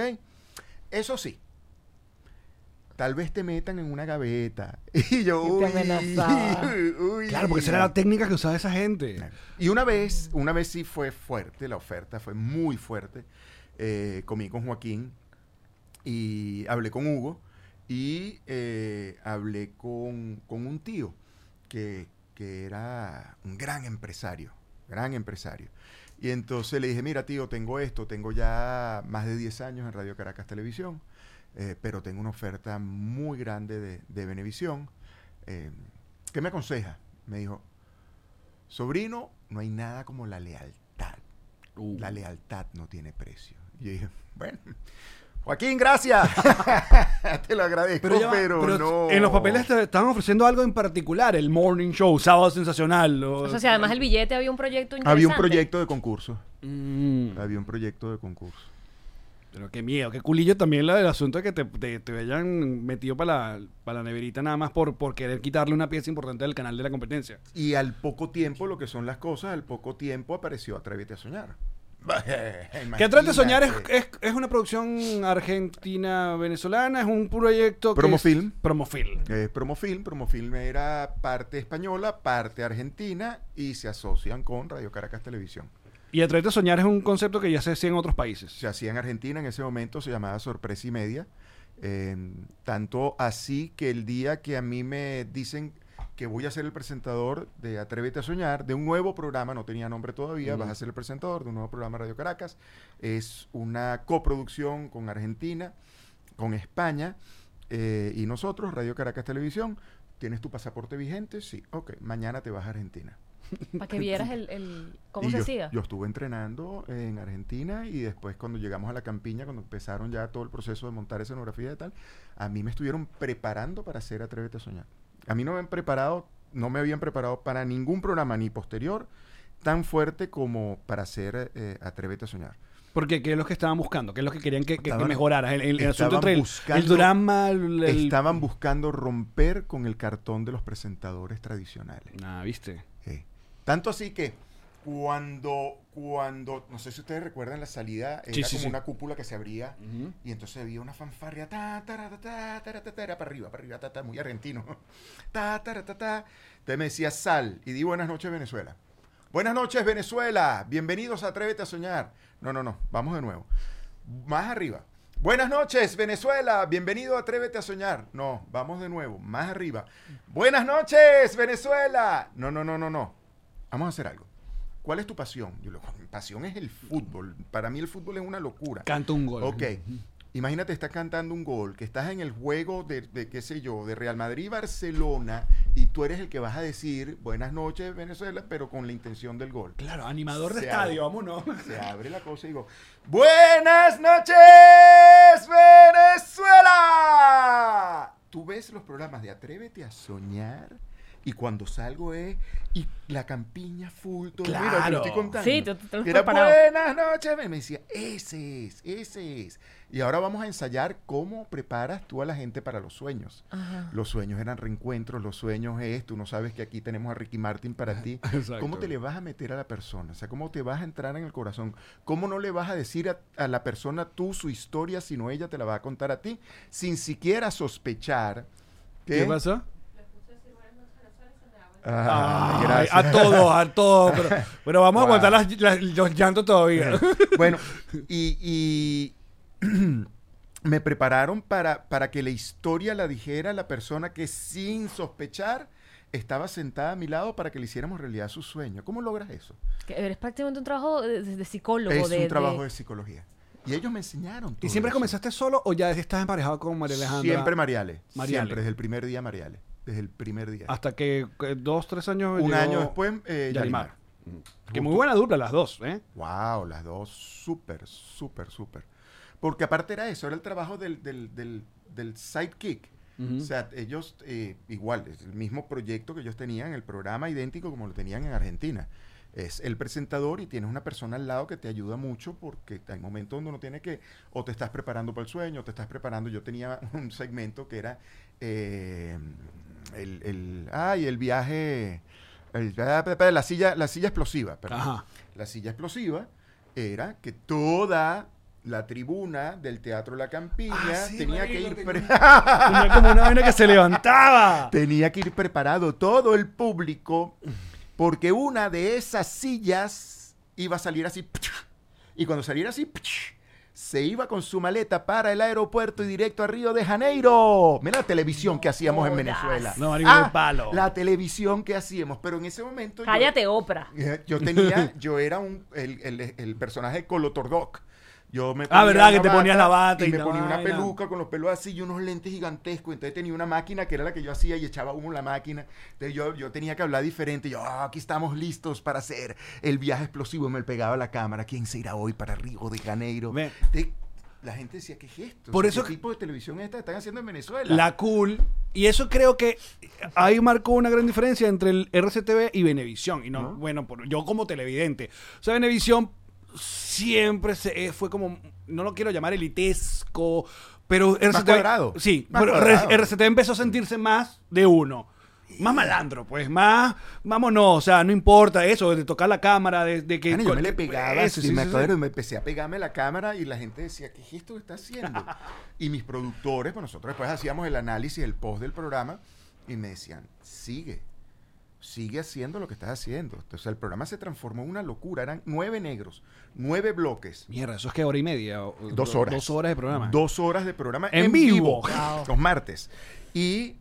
D: Eso sí. Tal vez te metan en una gaveta. Y yo,
B: Y te
D: uy,
B: amenazaba.
D: uy.
C: Claro, porque esa era la técnica que usaba esa gente.
D: Y una vez, una vez sí fue fuerte, la oferta fue muy fuerte. Eh, comí con Joaquín y hablé con Hugo y eh, hablé con, con un tío que, que era un gran empresario, gran empresario. Y entonces le dije, mira tío, tengo esto, tengo ya más de 10 años en Radio Caracas Televisión, eh, pero tengo una oferta muy grande de, de Benevisión. Eh, ¿Qué me aconseja? Me dijo, Sobrino, no hay nada como la lealtad.
C: Uh.
D: La lealtad no tiene precio. Y yo dije, bueno, Joaquín, gracias. te lo agradezco, pero,
C: ya va, pero
D: no.
C: en los papeles te estaban ofreciendo algo en particular, el morning show, sábado sensacional. o-
B: O sea, si además el billete había un proyecto interesante.
D: Había un proyecto de concurso.
C: Mm,
D: Había un proyecto de concurso.
C: pero qué miedo, qué culillo también la del asunto de que te, te, te hayan metido para la, pa' la neverita nada más por, por querer quitarle una pieza importante del canal de la competencia.
D: Y al poco tiempo, lo que son las cosas, al poco tiempo apareció Atrévete a soñar.
C: Que Atrévete a Soñar es,
D: Imagínate.
C: es, es una producción argentina-venezolana, es un proyecto que
D: Promofilm.
C: es- Promofilm.
D: Eh, Promofilm, Promofilm era parte española, parte argentina y se asocian con Radio Caracas Televisión.
C: Y Atrévete a Soñar es un concepto que ya se hacía en otros países.
D: se hacía en Argentina en ese momento, se llamaba Sorpresa y Media. Eh, tanto así que el día que a mí me dicen que voy a ser el presentador de Atrévete a Soñar, de un nuevo programa, no tenía nombre todavía, vas a ser el presentador de un nuevo programa Radio Caracas, es una coproducción con Argentina, con España eh, y nosotros, Radio Caracas Televisión. ¿Tienes tu pasaporte vigente? Sí, ok, mañana te vas a Argentina.
B: Para que vieras el, el- cómo
D: Y
B: se
D: yo,
B: hacía.
D: Yo estuve entrenando en Argentina y después cuando llegamos a la campiña, cuando empezaron ya todo el proceso de montar escenografía y tal, a mí me estuvieron preparando para hacer Atrévete a Soñar. A mí no me han preparado, no me habían preparado para ningún programa ni posterior tan fuerte como para hacer eh, Atrévete a Soñar.
C: Porque qué es lo que estaban buscando, qué es lo que querían que, que- que
D: Estaban-
C: mejoraras. El, el- el asunto
D: estaban
C: entre el,
D: buscando-
C: el drama, el, el-
D: Estaban buscando romper con el cartón de los presentadores tradicionales.
C: Ah, viste.
D: Sí. Tanto así que cuando, cuando, no sé si ustedes recuerdan la salida, era
C: Sí, sí,
D: como
C: sí.
D: una cúpula que se abría y entonces había una fanfarria, ta, tara, ta, ta, tara, ta, tara, para arriba, para arriba, ta, ta, muy argentino. Ta, tara, ta, ta. Entonces me decía sal y di buenas noches Venezuela. Buenas noches, Venezuela. Bienvenidos a Atrévete a Soñar. No, no, no. Vamos de nuevo. Más arriba. Buenas noches, Venezuela. Bienvenido a Atrévete a Soñar. No, vamos de nuevo. Más arriba. Buenas noches, Venezuela. No, no, no, no, no. Vamos a hacer algo. ¿Cuál es tu pasión? Yo, lo- mi pasión es el fútbol. Para mí el fútbol es una locura.
C: Canta un gol.
D: Ok. Imagínate, estás cantando un gol, que estás en el juego de, de, qué sé yo, de Real Madrid-Barcelona, y tú eres el que vas a decir buenas noches, Venezuela, pero con la intención del gol.
C: Claro, animador de
D: Se
C: estadio,
D: abre.
C: vámonos.
D: Se abre la cosa y digo, buenas noches, Venezuela. Tú ves los programas de Atrévete a Soñar. Y cuando salgo es, y la campiña full, todo mira, te
C: Claro.
D: lo estoy contando.
B: Sí, tú- tú- tú
D: Era,
B: preparado.
D: buenas noches, me decía, ese es, ese es. Y ahora vamos a ensayar cómo preparas tú a la gente para los sueños.
B: Ajá.
D: Los sueños eran reencuentros, los sueños es, tú no sabes que aquí tenemos a Ricky Martin para ti.
C: Exacto.
D: ¿Cómo te le vas a meter a la persona? O sea, ¿cómo te vas a entrar en el corazón? ¿Cómo no le vas a decir a, a la persona tú su historia, sino ella te la va a contar a ti, sin siquiera sospechar que...
C: ¿Qué pasó?
D: Ah,
C: Ay,
D: gracias.
C: a todos, a todos. Pero, pero vamos
D: Wow. Eh,
C: a aguantar las- las- los llantos todavía.
D: Bueno, y, y me prepararon para, para que la historia la dijera la persona que sin sospechar estaba sentada a mi lado para que le hiciéramos realidad su sueño. ¿Cómo logras eso?
B: Que eres prácticamente un trabajo de, de- de psicólogo.
D: es
B: de,
D: un trabajo de...
B: de-
D: psicología. Y ellos me enseñaron.
C: ¿Y
D: todo
C: siempre
D: eso.
C: comenzaste solo o ya estás emparejado con María Alejandra?
D: Siempre Mariale.
C: Mariale.
D: Siempre, desde el primer día Mariale. Desde el primer día.
C: Hasta que eh, dos, tres años.
D: un
C: llegó
D: año después, eh, Yarimar.
C: Yarimar. Que muy buena dupla las dos, ¿eh?
D: Wow, las dos, súper, súper, súper. Porque aparte era eso, era el trabajo del, del, del, del sidekick. O sea, ellos eh, igual, es el mismo proyecto que ellos tenían, el programa idéntico como lo tenían en Argentina. Es el presentador y tienes una persona al lado que te ayuda mucho porque hay momentos donde uno tiene que, o te estás preparando para el sueño, o te estás preparando. Yo tenía un segmento que era eh, el, el, ay, el viaje, el- la, silla, la silla explosiva, perdón.
C: Ajá.
D: La silla explosiva era que toda la tribuna del Teatro La Campiña
C: Ah, sí,
D: tenía, que
C: marico,
D: ir
C: tenía-
D: pre-
C: Tenía como una vaina que se levantaba.
D: tenía que ir preparado todo el público porque una de esas sillas iba a salir así. Y cuando saliera así, se iba con su maleta para el aeropuerto y directo a Río de Janeiro. Mira la televisión que hacíamos en Venezuela. Ah,
C: No, marico, qué palo.
D: La televisión que hacíamos. Pero en ese momento... yo-
B: Cállate, Oprah.
D: eh, Yo tenía, yo era un, el, el, el personaje Colotordok. Yo me
C: Ah, ¿verdad?
D: una
C: Que te ponías la bata
D: y,
C: y
D: me
C: la
D: ponía una
C: vaina.
D: peluca con los pelos así y unos lentes gigantescos. Entonces tenía una máquina que era la que yo hacía y echaba humo en la máquina. Entonces yo, yo tenía que hablar diferente. Yo, "Ah, aquí estamos listos para hacer el viaje explosivo. Y me pegaba la cámara. ¿Quién se irá hoy para Río de Janeiro?
C: Ve.
D: Te- la gente decía, ¿qué es esto?
C: Por
D: O sea,
C: eso
D: ¿Qué
C: que-
D: tipo de televisión esta están haciendo en Venezuela?
C: La cool. Y eso creo que ahí marcó una gran diferencia entre el RCTV y Venevisión. Y no, bueno, por- yo como televidente. O sea, Venevisión siempre se, eh, fue como, no lo quiero llamar elitesco, pero RCTV...
D: cuadrado.
C: Sí,
D: Más
C: pero
D: cuadrado.
C: R- RCTV empezó a sentirse más de uno. Más malandro, pues, más, vámonos, o sea, no importa eso, de tocar la cámara, de, de que...
D: Ana, yo me le
C: eso,
D: pegaba,
C: sí,
D: sí,
C: sí,
D: me
C: sí.
D: acuerdo, me empecé a pegarme la cámara y la gente decía, ¿qué es esto que está haciendo? y mis productores, pues nosotros después hacíamos el análisis, el post del programa, y me decían, sigue, sigue haciendo lo que estás haciendo. Entonces el programa se transformó en una locura, eran nueve negros, nueve bloques.
C: Mierda, eso es que hora y media. o- o-
D: Dos horas.
C: Dos horas de programa.
D: Dos horas de programa
C: En
D: en,
C: vivo.
D: vivo. Los martes. Y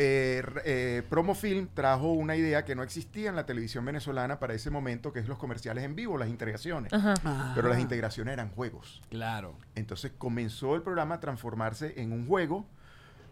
D: eh, r- eh, Promofilm trajo una idea que no existía en la televisión venezolana para ese momento, que es los comerciales en vivo, las integraciones.
B: Ajá.
D: Pero
C: Ah.
D: las integraciones eran juegos.
C: Claro.
D: Entonces comenzó el programa a transformarse en un juego.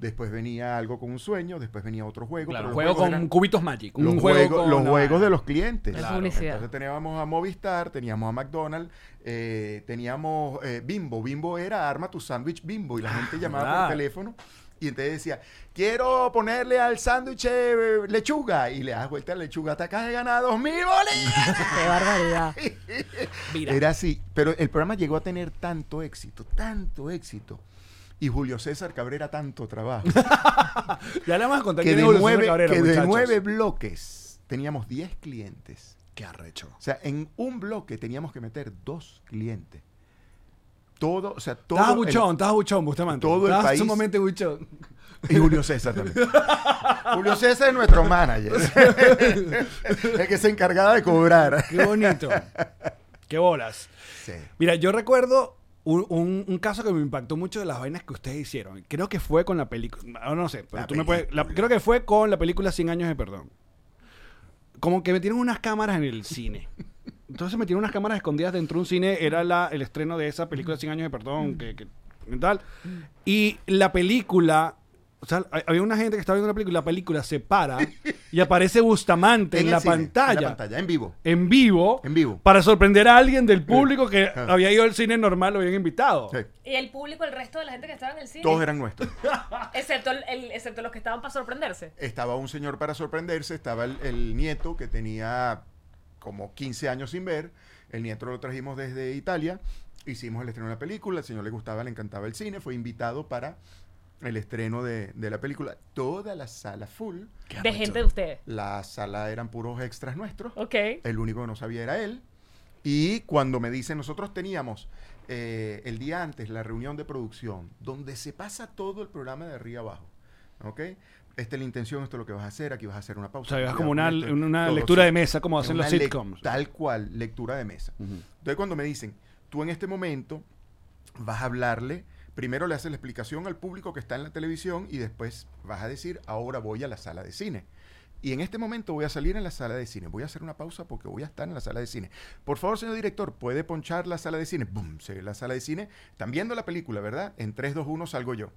D: Después venía algo con un sueño, después venía otro juego.
C: Claro, un
D: pero los
C: juego
D: juegos
C: con
D: eran-
C: cubitos magic.
D: los
C: un juego
D: juegos-
C: con
D: los
C: la-
D: juegos de los clientes.
B: Es publicidad.
D: Entonces teníamos a Movistar, teníamos a McDonald's, eh, teníamos eh, Bimbo. Bimbo era arma tu sándwich Bimbo y la gente llamaba
C: Ah, ¿verdad?
D: por teléfono. Y entonces decía, quiero ponerle al sándwich eh, lechuga. Y le das vuelta a la lechuga hasta acá has ganado dos mil bolívares.
B: Qué barbaridad.
C: Mira.
D: Era así, pero el programa llegó a tener tanto éxito, tanto éxito. Y Julio César Cabrera tanto trabajo.
C: Ya le vamos a contar
D: que
C: quién
D: de,
C: es Julio César
D: nueve,
C: Cabrera,
D: que de
C: muchachos.
D: nueve bloques teníamos diez clientes.
C: Qué arrecho.
D: O sea, en un bloque teníamos que meter dos clientes. Todo, o sea, todo
C: Estabas
D: el-
C: buchón, estabas buchón, Bustamante.
D: todo el
C: Estabas
D: país-
C: sumamente buchón.
D: Y Julio César también. Julio César es nuestro manager. el que se encargaba de cobrar.
C: Qué bonito. Qué bolas.
D: Sí.
C: Mira, yo recuerdo un, un- un caso que me impactó mucho de las vainas que ustedes hicieron. Creo que fue con la película. No, no sé, pero
D: La
C: tú me puedes. la- creo que fue con la película 100 años de perdón. Como que metieron unas cámaras en el cine. Entonces metieron unas cámaras escondidas dentro de un cine. Era la, el estreno de esa película 100 años de perdón. Que, que- y tal. Y la película. O sea, hay- había una gente que estaba viendo la película. La película se para y aparece Bustamante en,
D: el
C: la
D: cine,
C: pantalla
D: En la pantalla, en vivo.
C: en vivo,
D: En vivo.
C: para sorprender a alguien del público que había ido al cine normal, lo habían invitado.
D: Sí.
B: Y el público, el resto de la gente que estaba en el cine. ah,
D: Todos eran nuestros.
B: Excepto, el- el- excepto los que estaban para sorprenderse.
D: Estaba un señor para sorprenderse, estaba el, el nieto que tenía como 15 años sin ver. El nieto lo trajimos desde Italia. Hicimos el estreno de la película, al señor le gustaba, le encantaba el cine, fue invitado para el estreno de, de la película. Toda la sala full,
B: De gente de ustedes.
D: la sala eran puros extras nuestros.
B: Ok.
D: El único que no sabía era él. Y cuando me dicen, nosotros teníamos eh, el día antes la reunión de producción, donde se pasa todo el programa de arriba abajo. ¿Ok? Esta es la intención, esto es lo que vas a hacer, aquí vas a hacer una pausa.
C: O sea, es
D: cuidado
C: como
D: con
C: una,
D: esto,
C: una
D: todo,
C: lectura
D: sí.
C: de mesa, como
D: Es
C: hacen
D: una
C: los
D: lec-
C: sitcoms.
D: Tal cual, lectura de mesa. Entonces, cuando me dicen, tú en este momento vas a hablarle, primero le haces la explicación al público que está en la televisión y después vas a decir, ahora voy a la sala de cine. Y en este momento voy a salir en la sala de cine. Voy a hacer una pausa porque voy a estar en la sala de cine. Por favor, señor director, ¿puede ponchar la sala de cine? ¡Bum! Se ve la sala de cine. Están viendo la película, ¿verdad? En 3, 2, 1 salgo yo.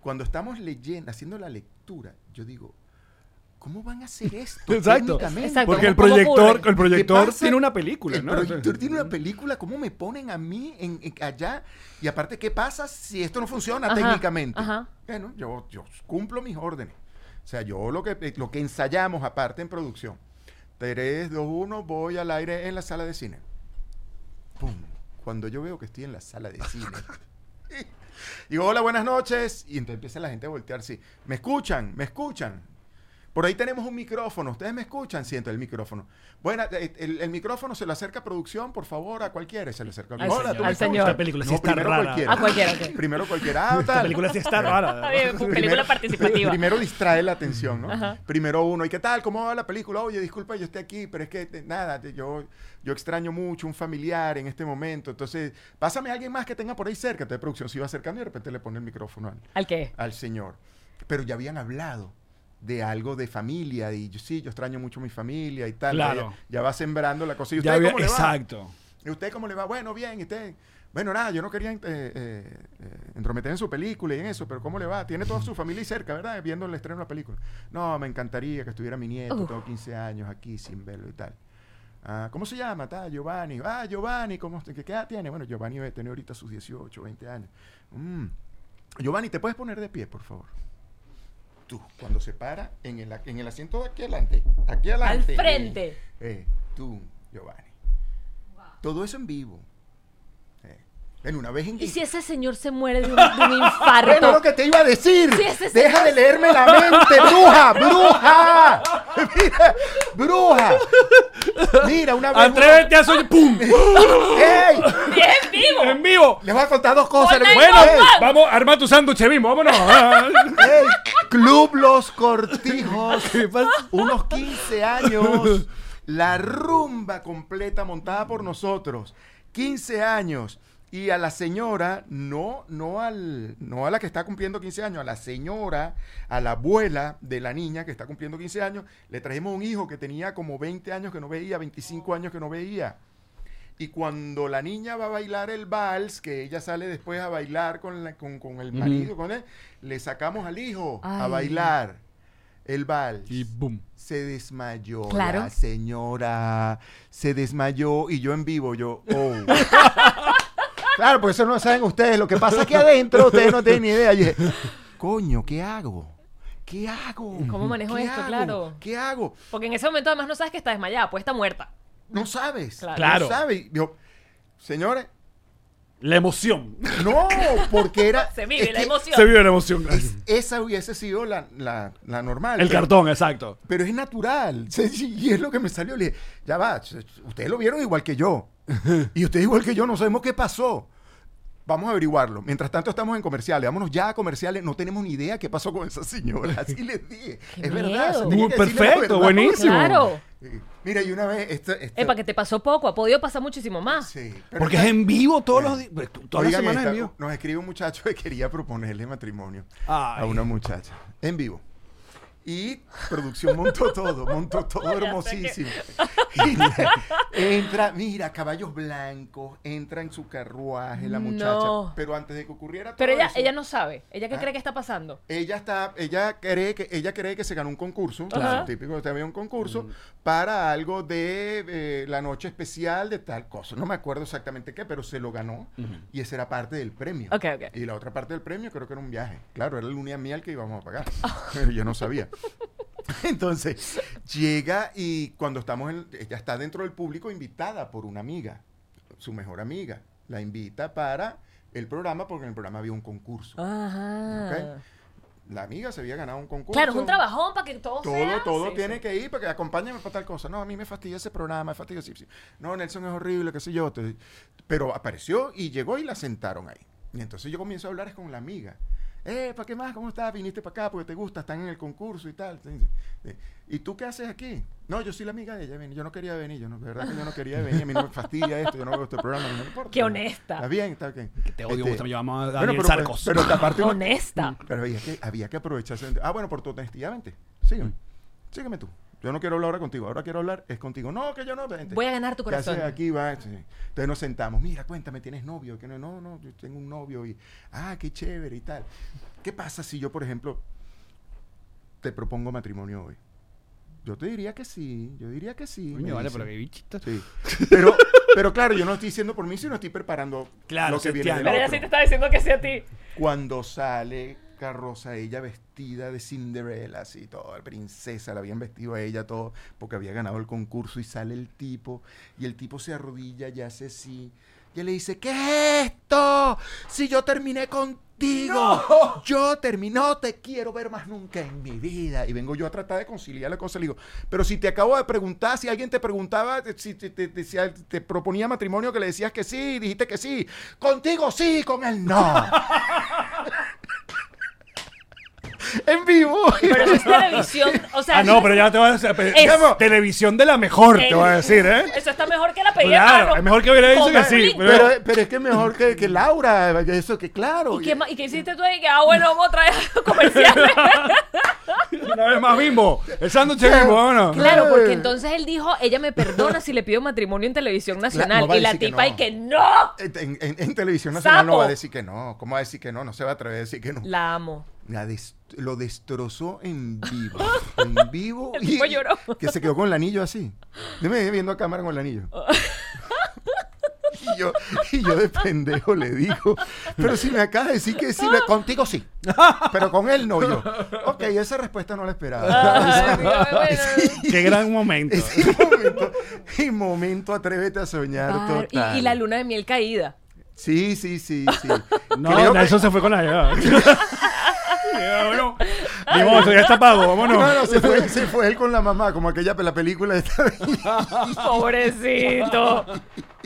D: Cuando estamos leyendo, haciendo la lectura, yo digo, ¿cómo van a hacer esto?
C: Exacto.
D: técnicamente?
B: Exacto.
C: Porque el
B: ¿Cómo- cómo
C: proyector,
B: ocurre?
C: el proyector
D: pasa?
C: tiene una película,
D: El
C: ¿no?
D: proyector Eh, tiene una película, ¿cómo me ponen a mí en, en- allá? Y aparte, ¿qué pasa si esto no funciona
B: Ajá,
D: Ah, técnicamente?
B: ajá.
D: Bueno, yo, yo cumplo mis órdenes. O sea, yo lo que, eh, lo que ensayamos aparte en producción. 3, 2, 1, voy al aire en la sala de cine. ¡Pum! Cuando yo veo que estoy en la sala de cine. Digo, hola, buenas noches. Y entonces empieza la gente a voltear, sí. ¿Me escuchan? ¿Me escuchan? Por ahí tenemos un micrófono. ¿Ustedes me escuchan? Siento el micrófono. Bueno, eh, el, el micrófono se lo acerca a producción, por favor, a cualquiera. Y Se le acerca al
B: Al
D: micrófono.
B: señor. Al
D: ¿tú me
B: señor.
D: escuchas?
C: Esta película sí está
D: primero
C: rara.
D: Cualquiera.
B: A cualquiera, ok.
D: Primero cualquiera. Ah,
C: La
D: tal.
C: película sí está rara.
B: Oye, pues, película participativa.
D: Primero distrae la atención, ¿no?
B: Ajá.
D: Primero uno, ¿y qué tal? ¿Cómo va la película? Oye, disculpa, yo estoy aquí, pero es que eh, nada, te- yo, yo extraño mucho un familiar en este momento. Entonces, pásame a alguien más que tenga por ahí cerca. Entonces, producción se iba acercando y de repente le pone el micrófono al,
B: ¿Al qué?
D: al señor. Pero ya habían hablado de algo de familia y yo, sí, yo extraño mucho a mi familia y tal.
C: Claro.
D: Ya, ya va sembrando la cosa. ¿Y usted
C: Ya había-
D: cómo le va?
C: exacto.
D: ¿Y usted cómo le va? Bueno, bien, ¿y usted? Bueno, nada, yo no quería eh, eh, eh, entrometer en su película y en eso, pero ¿cómo le va? Tiene toda su familia ahí cerca, ¿verdad? Viendo el estreno de la película. No, me encantaría que estuviera mi nieto, tengo 15 años aquí sin verlo y tal. Ah, ¿Cómo se llama? Tal, Giovanni. Ah, Giovanni, ¿cómo, qué, ¿qué edad tiene? Bueno, Giovanni debe tener ahorita sus 18, 20 años. Mm. Giovanni, ¿te puedes poner de pie, por favor? Tú, cuando se para en el, a- en el asiento de aquí adelante. Aquí
B: Al
D: adelante.
B: frente.
D: Eh, tú, Giovanni. Todo eso en vivo. Eh, En una vez en
B: ¿Y si ese señor se muere de un, de un infarto?
D: Bueno, lo que te iba a decir.
B: Sí, ese
D: Deja de leerme la mente, bruja, bruja. Mira, bruja. Mira, una vez.
C: Atrévete a soñar. ¡Pum!
D: ¡Ey!
B: ¡Y es en vivo!
C: ¡En vivo!
D: Les voy a contar dos cosas.
B: Hola,
D: Les-
C: Bueno,
D: ¡Ey!
C: vamos, arma tu sándwich, mismo, vámonos. Ah,
D: ¡Ey! Club Los Cortijos. Unos 15 años. La rumba completa montada por nosotros. 15 años. Y a la señora, no, no al, no a la que está cumpliendo 15 años, a la señora, a la abuela de la niña que está cumpliendo 15 años, le trajimos un hijo que tenía como 20 años que no veía, 25 años que no veía. Y cuando la niña va a bailar el vals, que ella sale después a bailar con, la- con, con el marido, con él, le sacamos al hijo a
B: Ay.
D: bailar el vals.
C: Y boom.
D: se desmayó
B: Claro.
D: la señora. Se desmayó y yo en vivo, yo, oh. claro, por eso no saben ustedes. Lo que pasa aquí adentro, ustedes no tienen ni idea. Yo dije, coño, ¿qué hago? ¿Qué hago?
B: ¿Cómo manejo
D: ¿Qué
B: esto?
D: hago?
B: Claro.
D: ¿Qué hago?
B: Porque en ese momento además no sabes que está desmayada, pues está muerta.
D: No sabes.
B: Claro.
C: Claro.
D: No sabes. Y Yo, señores,
C: La emoción.
D: no, porque era.
B: Se vive
D: es
B: la
D: que
B: emoción.
C: Se vive la emoción.
D: es- esa hubiese sido la, la- la normal.
C: El
D: pero-
C: cartón, exacto.
D: Pero es natural. se- Y es lo que me salió. Le dije, ya va, se- ustedes lo vieron igual que yo. Y ustedes igual que yo no sabemos qué pasó. Vamos a averiguarlo. Mientras tanto estamos en comerciales. Vámonos ya a comerciales. No tenemos ni idea qué pasó con esa señora. Así les dije. es verdad.
B: miedo.
D: se tenía
C: Uh,
D: que decirle la
C: perfecto,
D: verdad.
C: buenísimo.
B: Claro.
D: Eh, Mira, y una vez... Esta, esta-
B: Epa, que te pasó poco. Ha podido pasar muchísimo más.
D: Sí, pero
C: Porque es
D: esta-
C: en vivo todos los días. pues, Todas las
D: Oigan
C: semanas
D: esta,
C: en vivo.
D: Nos escribe un muchacho que quería proponerle matrimonio a
C: Ay.
D: una muchacha en vivo. Y producción montó todo, montó todo hermosísimo. Y la- entra, mira, caballos blancos, entra en su carruaje la muchacha.
B: No.
D: Pero antes de que ocurriera
B: Pero
D: todo
B: ella,
D: eso,
B: ella no sabe. ¿Ella qué
D: Ah.
B: cree que está pasando?
D: ella está, ella cree que ella cree que se ganó un concurso,
B: Claro.
D: lo típico te había un concurso para algo de eh, la noche especial de tal cosa. No me acuerdo exactamente qué, pero se lo ganó y esa era parte del premio.
B: Ok, ok.
D: Y la otra parte del premio creo que era un viaje. Claro, era el luna miel que íbamos a pagar, pero yo no sabía. Entonces llega y cuando estamos en, ella está dentro del público invitada por una amiga, su mejor amiga, la invita para el programa porque en el programa había un concurso.
B: Ajá.
D: Ok. La amiga se había ganado un concurso.
B: Ah. Claro, es un trabajón para que todo,
D: Todo,
B: sea.
D: todo
B: sí,
D: tiene
B: sí.
D: que ir para que acompáñame para tal cosa. No, a mí me fastidia ese programa, es fastidioso. Sí, sí. No, Nelson es horrible, qué sé yo. te- Pero apareció y llegó y la sentaron ahí. Y entonces yo comienzo a hablar con la amiga. Eh, ¿para qué más? ¿Cómo estás? Viniste para acá porque te gusta, están en el concurso y tal. Eh, ¿Y tú qué haces aquí? No, yo soy la amiga de ella, ven, yo no quería venir, yo no, de verdad que yo no quería venir, a mí no me fastidia esto, yo no veo este programa, a mí no me importa.
B: Qué honesta.
D: Está bien, está bien.
C: Te odio,
D: Este,
C: mucho, me llamamos a
D: bueno,
C: Daniel
D: pero,
C: Sarcos.
D: pero aparte uno-
C: Mm.
B: Honesta.
D: pero había que, había que aprovecharse. de- Ah, bueno, por tu honestidad, vente. Sígueme.
C: Mm.
D: Sígueme tú. Yo no quiero hablar ahora contigo. Ahora quiero hablar es contigo. No, que yo no. Vente.
B: Voy a ganar tu
D: ¿Qué haces
B: corazón.
D: aquí va. sí. Entonces nos sentamos. Mira, cuéntame, ¿tienes novio? Que no, no, no, yo tengo un novio y. Ah, qué chévere y tal. ¿Qué pasa si yo, por ejemplo, te propongo matrimonio hoy? Yo te diría que sí. Yo diría que sí. me
C: Coño, vale,
D: dice.
C: pero qué bichito.
D: Sí. Pero, pero claro, yo no estoy diciendo por mí, sino estoy preparando
C: Claro,
D: lo que viene
C: Santiago.
D: del
B: Pero ella
D: otro.
B: sí te está diciendo que sea a ti.
D: Cuando sale Carroza, ella vestida de Cinderella, así todo, la princesa, la habían vestido a ella todo, porque había ganado el concurso y sale el tipo, y el tipo se arrodilla y hace así, y le dice, ¿qué es esto? Si yo terminé contigo, yo terminó, te quiero ver más nunca en mi vida. Y vengo yo a tratar de conciliar la cosa, le digo, pero si te acabo de preguntar, si alguien te preguntaba, te- si te, te- te- si al- te proponía matrimonio que le decías que sí, dijiste que sí, contigo sí, con él no. en vivo.
B: Pero eso es televisión. O sea,
C: Ah, no, pero ya te vas a decir.
B: Es-
C: Televisión de la mejor, te
B: el-
C: voy a decir, ¿eh?
B: Eso está mejor que la Ah, pedida de
C: Claro,
B: mano.
C: es mejor que hubiera dicho
B: Con
C: que sí.
B: Blink.
C: Pero,
D: Pero, pero es que mejor que, que Laura, eso que claro.
B: ¿Y qué, ma- y qué hiciste tú ahí? Que, ah, bueno, vamos a traer comerciales.
C: una vez más, bimbo. El sándwich es bimbo, vámonos.
B: Claro, porque entonces él dijo, ella me perdona si le pido matrimonio en televisión nacional.
D: no va a
B: y la
D: decir que
B: tipa
D: no.
B: y que no.
D: En, en- en televisión nacional no
B: Sapo.
D: va a decir que no. ¿Cómo va a decir que no? No se va a atrever a decir que no.
B: La amo.
D: La dest- lo destrozó en vivo. en vivo.
B: El tipo lloró.
D: Que se quedó con el anillo así. Yo me quedé viendo a cámara con el anillo. y, yo, y yo de pendejo le digo, pero si me acabas de decir que sí, me- contigo sí. Pero con él no yo. Ok, esa respuesta no la
B: Ay,
D: esperaba.
B: mira, bueno.
C: Qué gran momento.
D: Sí, momento, y momento atrévete a soñar
B: Claro, y-
D: total.
B: y, la luna de miel caída.
D: Sí, sí, sí, sí.
C: No,
D: Creo que-
C: Nelson se fue con la llegada. Ya, bueno. Vimos, ya está pago, vámonos.
D: No, no, se fue, se fue él con la mamá, como aquella pe- la película esta de-
B: Pobrecito.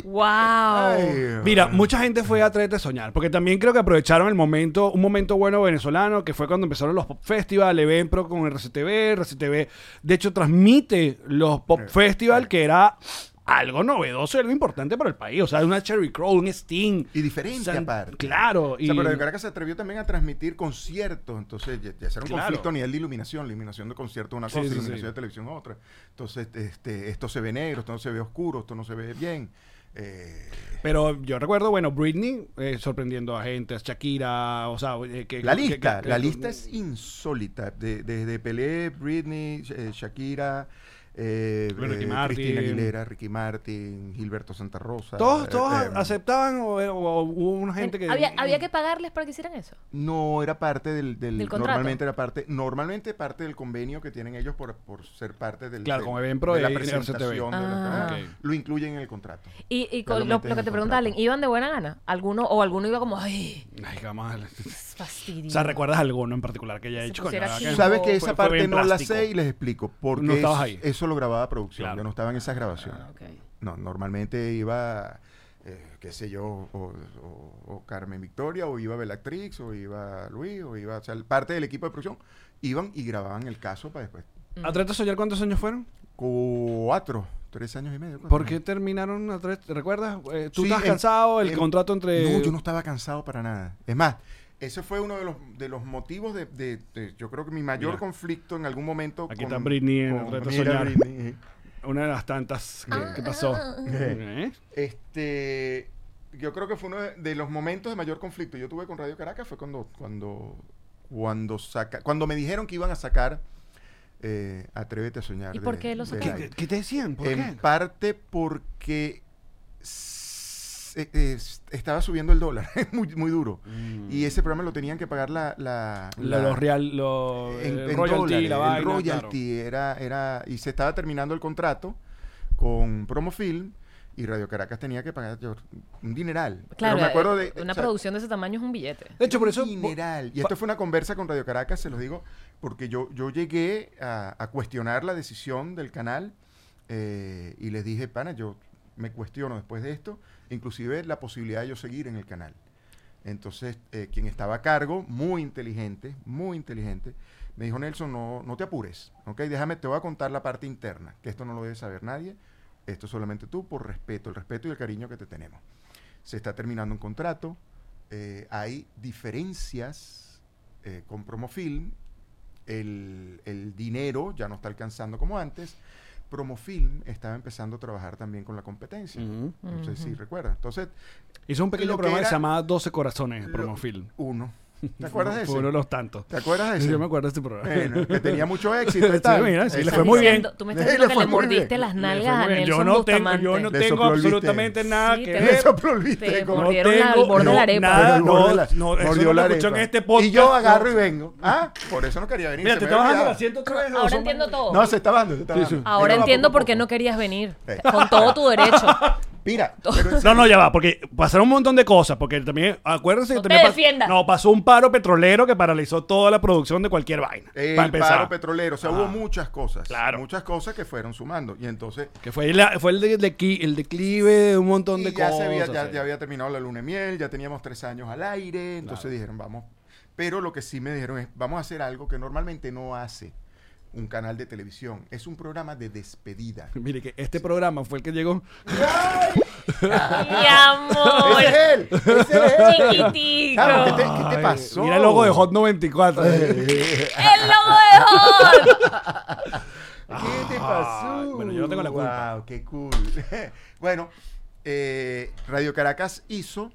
B: wow.
D: Ay,
C: Mira, mucha gente fue a Atrévete a Soñar, porque también creo que aprovecharon el momento, un momento bueno venezolano, que fue cuando empezaron los Pop Festival, Eventpro con RCTV, RCTV, de hecho transmite los Pop Festival, que era algo novedoso y algo importante para el país, o sea, una Cherry Crow, un Sting.
D: Y diferente
C: O sea,
D: aparte.
C: Claro.
D: O
C: Y,
D: sea, pero de Caracas se atrevió también a transmitir conciertos, entonces ya, ya era un
C: Claro.
D: conflicto a nivel de iluminación, la iluminación de concierto es una
C: Sí,
D: cosa,
C: sí,
D: iluminación
C: sí.
D: de televisión es otra. Entonces, este, esto se ve negro, esto no se ve oscuro, esto no se ve bien. Eh,
C: pero yo recuerdo, bueno, Britney eh, sorprendiendo a gente, Shakira, o sea... eh, que,
D: la
C: que-
D: lista,
C: que-
D: la
C: que-
D: lista es insólita, de- desde Pelé, Britney, eh, Shakira, eh,
C: Ricky
D: eh,
C: Martin.
D: Cristina Aguilera, Ricky Martin, Gilberto Santa Rosa.
C: Todos,
D: eh,
C: todos
D: eh,
C: aceptaban o, o hubo una gente que...
B: Eh, ¿Había, había que pagarles para que hicieran eso.
D: No, era parte del, del-
B: Del contrato.
D: normalmente era parte, normalmente parte del convenio que tienen ellos por, por ser parte del
C: Claro,
D: del-
C: como Evenpro
D: de
C: y
D: la
C: RCTV.
D: presentación de
B: Ah.
D: la
C: Ok.
D: lo incluyen en el contrato.
B: Y, y
D: Ya
B: con
D: lo
B: lo,
D: meten
B: lo que
D: en
B: te
D: el
B: preguntaba,
D: contrato.
B: ¿iban de buena gana? ¿Alguno o alguno iba como, ay,
C: Ay, qué mal.
B: es fastidio?
C: O sea, ¿recuerdas alguno en particular que haya
B: Se
C: hecho?
B: pusiera aquí.
D: Sabes
B: No,
D: que
C: fue-
D: esa
C: fue
D: parte
C: bien
D: no la
C: plástico.
D: sé y les explico porque
C: No estabas
D: es-
C: ahí.
D: eso lo grababa producción,
C: Claro. Ah,
D: yo no estaba en esas grabaciones.
B: Ok.
D: No, normalmente iba eh, qué sé yo, o, o- o Carmen Victoria, o iba Bellatrix, o iba Luis, o iba, o sea, parte del equipo de producción, iban y grababan el caso para después.
B: Mm.
C: ¿Atreto a Soñar cuántos años fueron?
D: Cuatro, tres años y medio. cuatro
C: ¿Por qué
D: años.
C: terminaron Atreto? ¿Te recuerdas? Eh, ¿Tú
D: Sí,
C: estás
D: en-
C: cansado? El
D: en-
C: contrato entre...
D: No, yo no estaba cansado para nada. Es más, ese fue uno de los, de los motivos de, de- de- Yo creo que mi mayor
C: Mira.
D: conflicto en algún momento.
C: Aquí está Britney en el reto
D: mira,
C: soñar.
D: Britney. eh,
C: Una de las tantas que, que pasó.
B: Ah,
C: ¿Eh?
D: Este. Yo creo que fue uno de, de los momentos de mayor conflicto. Yo tuve con Radio Caracas fue cuando. Cuando, cuando, saca, cuando me dijeron que iban a sacar. eh, Atrévete a soñar.
B: ¿Y por qué lo
D: de
B: sacaron?
D: aire.
C: ¿Qué, qué te decían? ¿Por
D: en
C: qué?
D: parte porque s- eh, eh, s- estaba subiendo el dólar muy, muy duro. Y ese programa lo tenían que pagar la... la,
C: Mm. Lo-
D: la-
C: los real, los
D: en-
C: el
D: en
C: royalty,
D: dólares,
C: la
D: el
C: vaina,
D: royalty era, era... Y se estaba terminando el contrato con Promofilm y Radio Caracas tenía que pagar yo, un dineral. Pero
B: Claro,
D: me acuerdo
B: eh,
D: de...
B: una
D: o sea,
B: producción de ese tamaño es un billete.
C: claro. De hecho, por eso...
D: Dineral. Y esto fue una conversa con Radio Caracas, se los digo, porque yo, yo llegué a, a cuestionar la decisión del canal eh, y les dije, pana, yo me cuestiono después de esto, inclusive la posibilidad de yo seguir en el canal. Entonces, eh, quien estaba a cargo, muy inteligente, muy inteligente, me dijo, Nelson, no, no te apures, ¿ok? Déjame, te voy a contar la parte interna, que esto no lo debe saber nadie, esto solamente tú, por respeto, el respeto y el cariño que te tenemos. Se está terminando un contrato, eh, hay diferencias eh, con Promofilm, el, el dinero ya no está alcanzando como antes, Promofilm estaba empezando a trabajar también con la competencia,
C: Ujú.
D: no sé si recuerdan. Entonces,
C: Hizo un pequeño
D: Lo que
C: programa que
D: era-
C: se llamaba 12 Corazones,
D: Lo-
C: Promofilm.
D: uno. ¿Te acuerdas de
C: Fue uno de
D: eso?
C: los tantos.
D: ¿Te acuerdas de eso?
C: Yo me acuerdo de este programa.
D: Bueno, que tenía mucho éxito. y
C: Sí,
D: tal.
C: mira, sí, le
D: Exacto.
C: fue muy bien.
B: Tú me
D: Le
B: estás diciendo que
D: fue
B: le
D: muy bien.
B: mordiste las
C: Le fue
B: nalgas a
C: muy bien.
B: Nelson
C: yo no tengo,
B: Bustamante.
C: yo no
D: Le
C: tengo
D: sopló el
C: absolutamente
D: bistec.
C: nada
B: Sí,
C: que
B: te-
C: ver.
D: Le sopló el bistec,
B: Te
D: como-
C: No
B: mordieron la- el
C: tengo-
B: borde de la
C: no,
B: arepa.
C: nada,
D: Pero mordió
C: no,
D: la-
C: no, eso
D: mordió
C: no
D: la
C: lo escucho
D: arepa.
C: en este podcast,
D: Y yo
C: no.
D: agarro y vengo. Ah, por eso no quería venir.
C: Mira, te
D: se me
C: está bajando el
D: olvidaba.
C: asiento otra vez.
B: Ahora entiendo todo.
D: No, se está bajando. se está
C: Sí,
D: bajando.
C: sí.
B: Ahora
D: Mira, va
B: entiendo
D: poco a
B: por qué
D: poco.
B: no querías venir.
D: Eh.
B: Con todo tu derecho.
D: Mira, pero en
C: No,
D: serio,
C: no, ya va, porque pasaron un montón de cosas, porque también, acuérdense que
B: No te
C: también pas-
B: defiendas.
C: no, pasó un paro petrolero que paralizó toda la producción de cualquier vaina. para
D: El
C: empezar.
D: paro petrolero. O sea, hubo
C: Ah.
D: muchas cosas.
C: Claro.
D: Muchas cosas que fueron sumando. Y entonces...
C: Que fue, la- fue el, de- de qui- el declive de un montón
D: y
C: de
D: ya
C: cosas.
D: se había, ya,
C: sí.
D: ya había terminado la luna de miel, ya teníamos tres años al aire, entonces dijeron, vamos. Pero lo que sí me dijeron es, vamos a hacer algo que normalmente no hace un canal de televisión. Es un programa de despedida.
C: Mire, que este programa fue el que llegó.
B: Mi amor.
D: ¡Ese es él! ¡Ese es este- él!
B: Chiquitico.
D: Chamo, Ah, ¿qué te, qué te
C: Ay,
D: pasó?
C: Mira el logo de Hot 94.
B: El logo de Hulk.
D: ¿Qué te pasó?
C: Ah, bueno, yo no tengo la culpa.
D: Wow, qué cool. bueno, eh, Radio Caracas hizo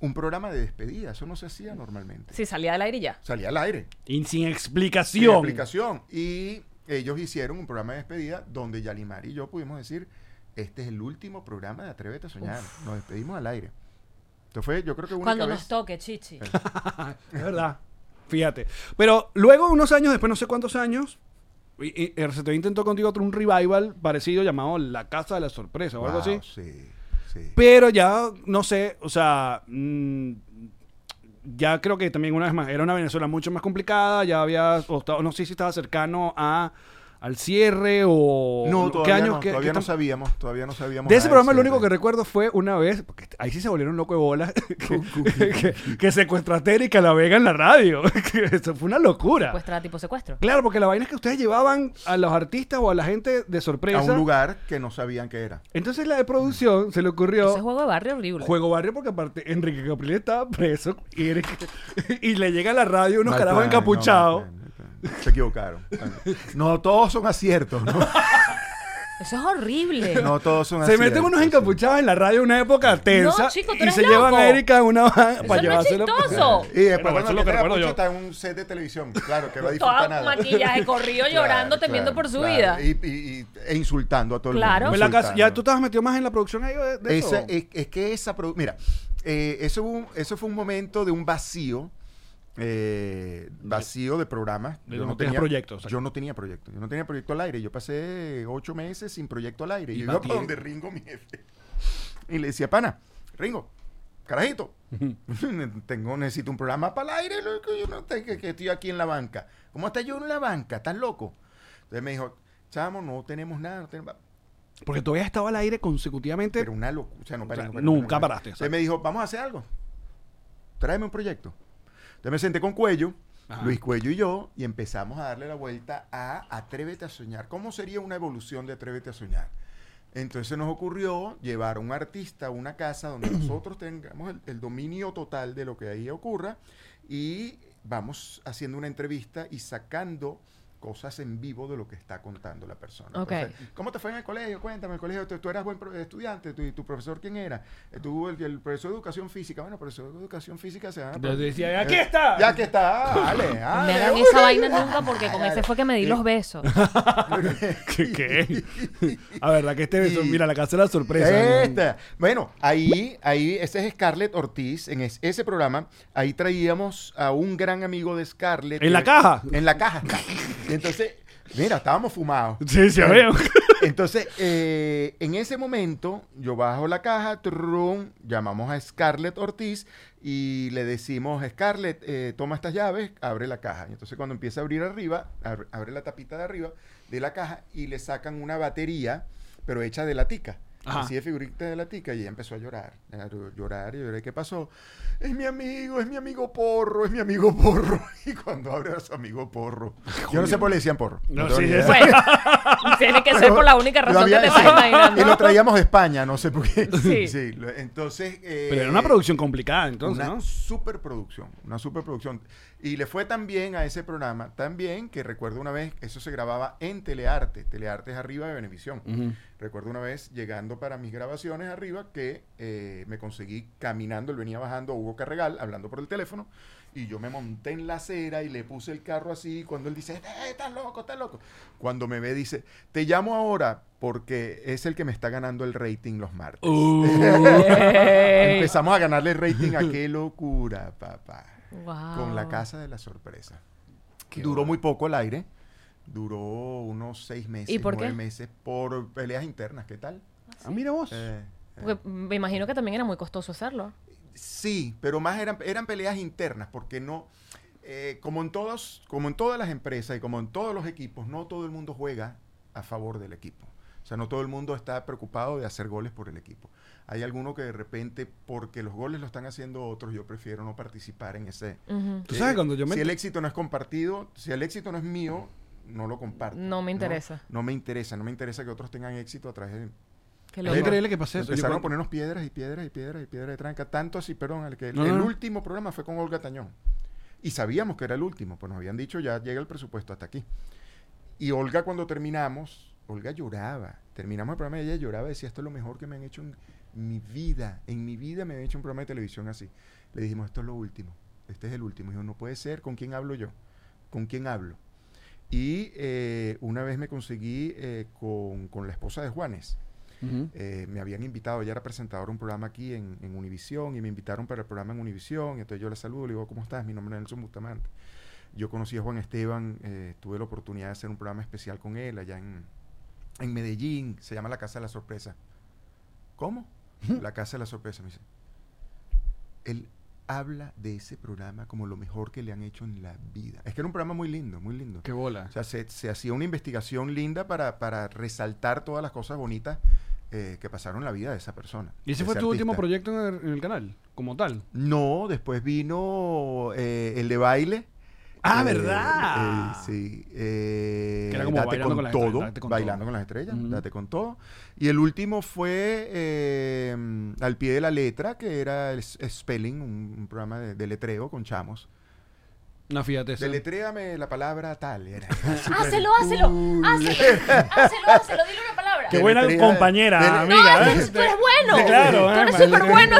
D: un programa de despedida. Eso no se hacía normalmente.
B: Sí, salía del aire y ya.
D: Salía al aire.
C: Y sin
D: Sin
C: explicación.
D: explicación. Y ellos hicieron un programa de despedida donde Yalimar y yo pudimos decir, este es el último programa de Atrévete a Soñar. Nos despedimos al aire. Entonces fue, yo creo que única
B: Cuando
D: vez- Eh,
B: nos toque, chichi.
C: Es verdad. Fíjate. Pero luego, unos años después, no sé cuántos años, y, y RCTV intentó contigo otro un revival parecido llamado La Casa de la Sorpresa o algo
D: Wow,
C: así.
D: Sí, sí.
C: Pero ya, no sé, o sea, mm, ya creo que también una vez más, era una Venezuela mucho más complicada, ya había, o estaba- no sé si estaba cercano a, al cierre o...
D: No,
C: ¿qué
D: todavía,
C: años?
D: no,
C: ¿Qué-
D: todavía
C: qué
D: no
C: tam-
D: sabíamos, todavía no sabíamos.
C: de ese
D: nada
C: programa lo único que
D: cierre.
C: recuerdo fue una vez, porque ahí sí se volvieron loco de bola, que, que, que secuestró a Terry Calavega en la radio. que Eso fue una locura.
B: Secuestra Pues tipo secuestro.
C: Claro, porque la vaina es que ustedes llevaban a los artistas o a la gente de sorpresa.
D: a un lugar que no sabían que era.
C: Entonces la de producción se le
B: Ese
C: ocurrió
B: juego de barrio horrible.
C: Juego Barrio porque aparte Enrique Caprile estaba preso y, Eric- y le llega a la radio unos
D: Mal
C: carajos
D: plan, no,
C: encapuchados.
D: mal plan, mal plan. Se equivocaron. No todos son aciertos, ¿no?
B: Eso es horrible.
D: No todos son
C: se
D: aciertos.
C: meten unos
D: sí.
C: encapuchados en la radio en una época tensa
B: No, chico, tú
C: y
B: eres
C: se llevan
B: loco.
C: a Erika en una van
B: Eso
C: para
B: no es
C: llevárselo.
B: chistoso.
D: Y
C: Bueno, eso
D: después
C: es lo
D: cuando
C: que
D: Peter
C: recuerdo
D: Apucho
C: yo.
D: está en un set de televisión. Claro, que va a disfrutar
B: Todo
D: pues, nada.
B: maquillaje, corrido,
D: Claro,
B: llorando, temiendo
D: claro,
B: por su
D: claro.
B: vida.
D: Y, y- y- e insultando a todo
B: Claro.
D: el
C: Pues
D: mundo.
C: la casa- ya
D: insultando.
C: tú estabas metido más en la producción ahí de, de
D: Esa-
C: eso.
D: es, es que esa. produ- Mira, eh, eso, hubo un- eso fue un momento de un vacío. eh, vacío de programas.
C: de no tenías proyecto, o sea.
D: Yo no tenía proyecto. Yo no tenía proyecto al aire. Yo pasé ocho meses sin proyecto al aire.
C: Y
D: Y yo iba
C: Mati-
D: para donde Ringo, mi jefe. Y le decía, pana, Ringo, carajito, tengo, necesito un programa para el aire, loco, yo no tengo, que- que estoy aquí en la banca. ¿Cómo está yo en la banca? ¿Estás loco? Entonces me dijo, chamo, no tenemos nada, no tenemos-
C: Porque todavía estaba al aire consecutivamente.
D: Pero una locura. O sea, no paré,
C: O sea,
D: no paré,
C: nunca
D: no paré, no paré.
C: paraste,
D: Entonces me dijo, vamos a hacer algo. Tráeme un proyecto. Entonces me senté con Cuello,
C: Ajá.
D: Luis Cuello y yo, y empezamos a darle la vuelta a Atrévete a soñar. ¿Cómo sería una evolución de Atrévete a soñar? Entonces se nos ocurrió llevar a un artista a una casa donde nosotros tengamos el, el dominio total de lo que ahí ocurra y vamos haciendo una entrevista y sacando cosas en vivo de lo que está contando la persona.
B: Ok.
D: ¿Cómo te fue en el colegio? Cuéntame, el colegio, tú, tú eras buen pro- estudiante, ¿Tu, tu profesor quién era? Eh, Tú, el, el profesor de educación física. Bueno, profesor de educación física se llama...
C: Entonces decía,
D: Eh,
C: "Aquí está".
D: Ya que está, dale,
B: No me
D: dale.
B: hagan
D: uy,
B: esa
D: uy,
B: vaina
D: uy,
B: nunca porque con
D: dale.
B: ese fue que me di
D: Eh,
B: los besos.
C: ¿Qué? qué? a ver, la que este beso, mira, la casa de la sorpresa.
D: Esta. Bueno, ahí, ahí, ese es Scarlett Ortiz, en es- ese programa, ahí traíamos a un gran amigo de Scarlett.
C: ¿En
D: que-
C: la caja?
D: En la caja. está. Entonces, mira, estábamos fumados.
C: Sí, sí, veo.
D: Entonces, eh, en ese momento, yo bajo la caja, trum, llamamos a Scarlett Ortiz y le decimos, Scarlett, eh, toma estas llaves, abre la caja. Y entonces, cuando empieza a abrir arriba, abre, abre la tapita de arriba de la caja y le sacan una batería, pero hecha de latica.
C: Ajá.
D: Así de figurita de latica y ella empezó a llorar, a llorar y llorar. ¿Qué pasó? Es mi amigo, es mi amigo porro, es mi amigo porro. Y cuando abre a su amigo porro, yo no sé por qué le decían porro.
C: No,
D: tengo
C: sí,
D: ni
C: sí,
D: idea.
C: sí.
B: Bueno, tiene que ser por la única
D: Lo
B: razón que
D: había-
B: te estás
D: sí.
B: imaginando.
D: Y lo traíamos de España, no sé por qué.
B: Sí.
D: lo- entonces. eh,
C: Pero era una producción complicada, entonces,
D: una
C: ¿no?
D: superproducción, una superproducción. Y le fue tan bien a ese programa, tan bien que recuerdo una vez, eso se grababa en Telearte, Telearte es arriba de Benevisión.
C: Ujú.
D: Recuerdo una vez llegando para mis grabaciones arriba que eh, me conseguí caminando, él venía bajando Hugo Carregal, hablando por el teléfono, y yo me monté en la acera y le puse el carro así. y Cuando él dice, "Eh, estás loco, estás loco. Cuando me ve, dice, te llamo ahora porque es el que me está ganando el rating los martes. Empezamos a ganarle rating a qué locura, papá.
B: Wow.
D: Con la casa de la sorpresa. Duró muy poco el aire. Duró unos seis meses,
B: ¿Y por
D: nueve
B: qué?
D: meses por peleas internas. ¿Qué tal?
C: Ah, mira vos.
D: Eh,
B: Porque me imagino que también era muy costoso hacerlo.
D: Sí, pero más eran, eran peleas internas, porque no, eh, como en todos, como en todas las empresas y como en todos los equipos, no todo el mundo juega a favor del equipo. O sea, no todo el mundo está preocupado de hacer goles por el equipo. Hay alguno que de repente, porque los goles lo están haciendo otros, yo prefiero no participar en ese. Eh,
B: Ujú.
C: Tú sabes, cuando yo me-
D: Si el éxito no es compartido, si el éxito no es mío, no lo comparto.
B: No me interesa.
D: No, me interesa, no me interesa que otros tengan éxito a través de
B: Qué
C: Es
B: loco.
C: increíble que pasé eso. Yo
D: Empezaron a
C: cuando-
D: ponernos piedras y piedras y piedras y piedras de tranca. Tanto así, perdón, el, que el,
C: No, no, no.
D: último programa fue con Olga Tañón. Y sabíamos que era el último, pues nos habían dicho ya llega el presupuesto hasta aquí. Y Olga cuando terminamos, Olga lloraba. Terminamos el programa y ella lloraba, decía, esto es lo mejor que me han hecho en mi vida. En mi vida me han hecho un programa de televisión así. Le dijimos, esto es lo último. Este es el último. Y yo, no puede ser, ¿con quién hablo yo? ¿Con quién hablo? Y eh, una vez me conseguí eh, con, con la esposa de Juanes.
C: Ujú.
D: Eh, me habían invitado, ella era presentadora de un programa aquí en, en Univisión y me invitaron para el programa en Univisión. Entonces yo la saludo, le digo, ¿cómo estás? Mi nombre es Nelson Bustamante. Yo conocí a Juan Esteban, eh, tuve la oportunidad de hacer un programa especial con él allá en, en Medellín, se llama La Casa de la Sorpresa. ¿Cómo? La Casa de la Sorpresa, me dice. Él habla de ese programa como lo mejor que le han hecho en la vida. Es que era un programa muy lindo, muy lindo.
C: Qué bola.
D: O sea, se, se hacía una investigación linda para, para resaltar todas las cosas bonitas eh, que pasaron en la vida de esa persona.
C: ¿Y ese
D: de
C: fue
D: ese
C: tu último
D: artista.
C: proyecto en el, en el canal? Como tal.
D: No, después vino eh, el de baile.
C: Ah,
D: Eh,
C: ¿verdad?
D: eh, sí. eh,
C: Que era como
D: date
C: Bailando
D: con,
C: con las
D: todo,
C: Estrellas, Date con
D: bailando
C: Todo.
D: con las estrellas,
C: Ujú.
D: date con todo. Y el último fue eh, al pie de la letra, que era el S- Spelling, un, un programa de, de letreo con chamos.
C: No, fíjate. eso.
D: Deletréame la palabra tal. Era
B: Hácelo, hácelo,
D: Uy.
B: hácelo, hácelo, hácelo, dile una palabra.
D: Qué buena Deletrea- compañera, dele-
B: amiga, No, ¿eh? tú eres bueno. Sí, claro, Tú
D: eh,
B: eres madre. superbueno.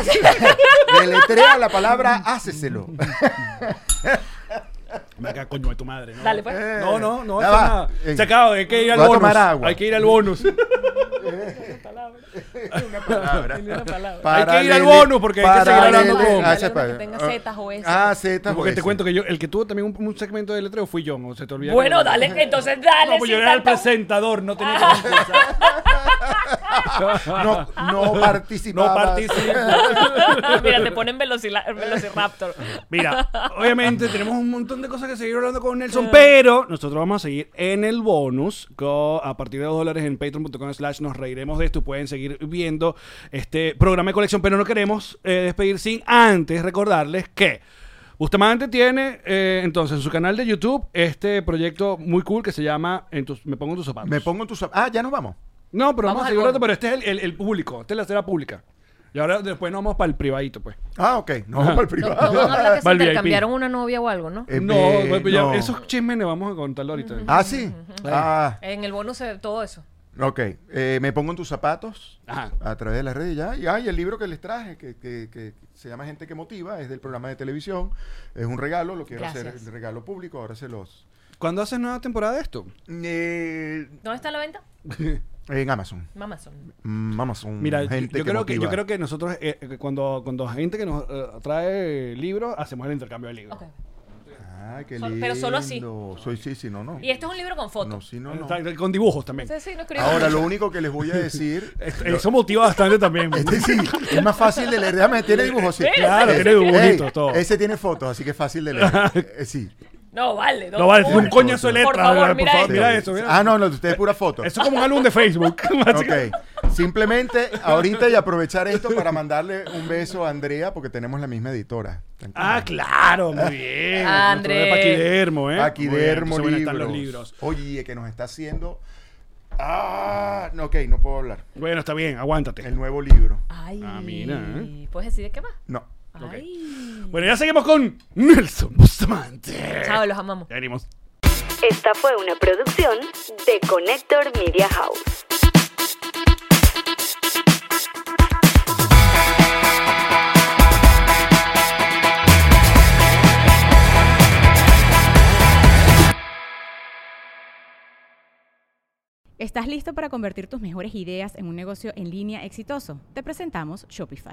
D: Deletrea la palabra háceselo.
C: Me acá, coño de tu madre. ¿no?
B: Dale,
D: Eh.
B: pues.
C: No, no, no.
D: Ya
C: está
D: va.
C: nada.
D: Eh,
C: Se acaba, hay que ir al
D: voy a
C: bonus.
D: tomar agua.
C: Hay que ir al bonus.
B: palabra.
D: una palabra.
B: Ni una palabra.
C: Hay que ir al bonus porque hay que seguir hablando con-
D: Ah, ese es
B: Que tenga
D: pa-
B: zetas o S.
D: Ah, zetas o
C: Porque te
D: S.
C: cuento que yo, el que tuvo también un, un segmento de letreo fui yo, no se te olvida.
B: Bueno,
C: que-
B: dale, entonces dale. Ah.
C: No, pues yo
B: sin
C: era el
B: tanta-
C: presentador, no tenía que
D: No, no participaba.
C: No participo.
B: Mira, te ponen velocila- velociraptor.
C: Mira, obviamente tenemos un montón de cosas que seguir hablando con
B: Ah.
C: Nelson, pero nosotros vamos a seguir en el bonus co- a partir de dos dólares en patreon.com slash nos reiremos de esto. Pueden seguir viendo este programa de colección, pero no queremos eh, despedir sin antes recordarles que Bustamante tiene eh, entonces en su canal de YouTube este proyecto muy cool que se llama en tus- Me pongo en tus zapatos.
D: Me pongo en tus zap- Ah, ya nos vamos.
C: No, pero
B: Vamos
C: vamos, a
B: al
C: seguir hablando,
B: bonus.
C: pero este es el, el- el público, esta es la esfera pública. Y ahora después nos vamos para el privadito, pues.
D: Ah, ok. Nos vamos para el
B: No, no
D: privado.
B: van a hablar que
C: Va
B: se
C: el VIP.
B: intercambiaron una novia o algo, ¿no?
D: Eh,
C: no,
D: eh,
C: pues, ya,
D: no.
C: esos chismes le vamos a contarlo ahorita.
D: Ah, sí. Ah,
B: En el bonus se ve todo eso.
D: ok. Eh, me pongo en tus zapatos
C: Ajá.
D: a través de las redes ya. Y, ah, y el libro que les traje, que, que- que se llama Gente que Motiva, es del programa de televisión. Es un regalo, lo quiero hacer
B: Gracias.
D: el regalo público. Ahora se los.
C: ¿Cuándo haces nueva temporada de esto?
D: Eh,
B: ¿Dónde está la venta?
D: en Amazon.
B: Mamazón.
D: Mm, Amazon.
C: Mira, yo-
D: gente
C: yo, creo que, yo
D: motiva.
C: creo que nosotros, eh, eh, cuando, cuando gente que nos eh, trae libros, hacemos el intercambio de libros.
B: Ok.
D: Ay, qué
B: Sol- pero solo así.
D: lindo. Soy sí, sí, no, no.
B: Y este es un libro con
D: No,
B: fotos.
D: sí, no, no.
C: Está- Con dibujos también.
B: Sí, sí, no escribí.
D: Ahora, lo único que les voy a decir.
C: Es-
D: lo-
C: Eso motiva bastante también.
D: Este sí, es más fácil de leer. Déjame, tiene dibujos. Sí.
C: Claro,
D: Ese-
C: tiene dibujitos,
D: ey,
C: todo.
D: Ese tiene fotos, así que es fácil de leer. Eh, sí.
B: No, vale.
C: No vale,
B: por-
C: un coñazo de letras.
B: Por favor, mira
C: favor,
B: esto.
C: mira eso, mira.
D: Ah, no, no, usted es pura foto.
C: Eso es como un álbum de Facebook.
D: Ok. Simplemente ahorita y aprovechar esto para mandarle un beso a Andrea porque tenemos la misma editora. Tranquila.
C: Ah, claro, muy bien.
B: Ah,
C: Nuestro de
B: Andrés.
C: Paquidermo, ¿eh?
D: Aquí
C: Muy bien,
D: Dermo
C: entonces, bueno, están
D: libros.
C: los libros.
D: Oye, que nos está haciendo. Ah, no, ok, no puedo hablar.
C: Bueno, está bien, aguántate.
D: El nuevo libro.
B: Ay.
C: Ah, mira, ¿eh?
B: ¿Puedes decir de qué más?
D: No.
B: Ay.
C: Bueno, ya seguimos con Nelson Bustamante.
B: Chao, los amamos.
C: Ya venimos.
F: Esta fue una producción de Connector Media House.
G: ¿Estás listo para convertir tus mejores ideas en un negocio en línea exitoso? Te presentamos Shopify.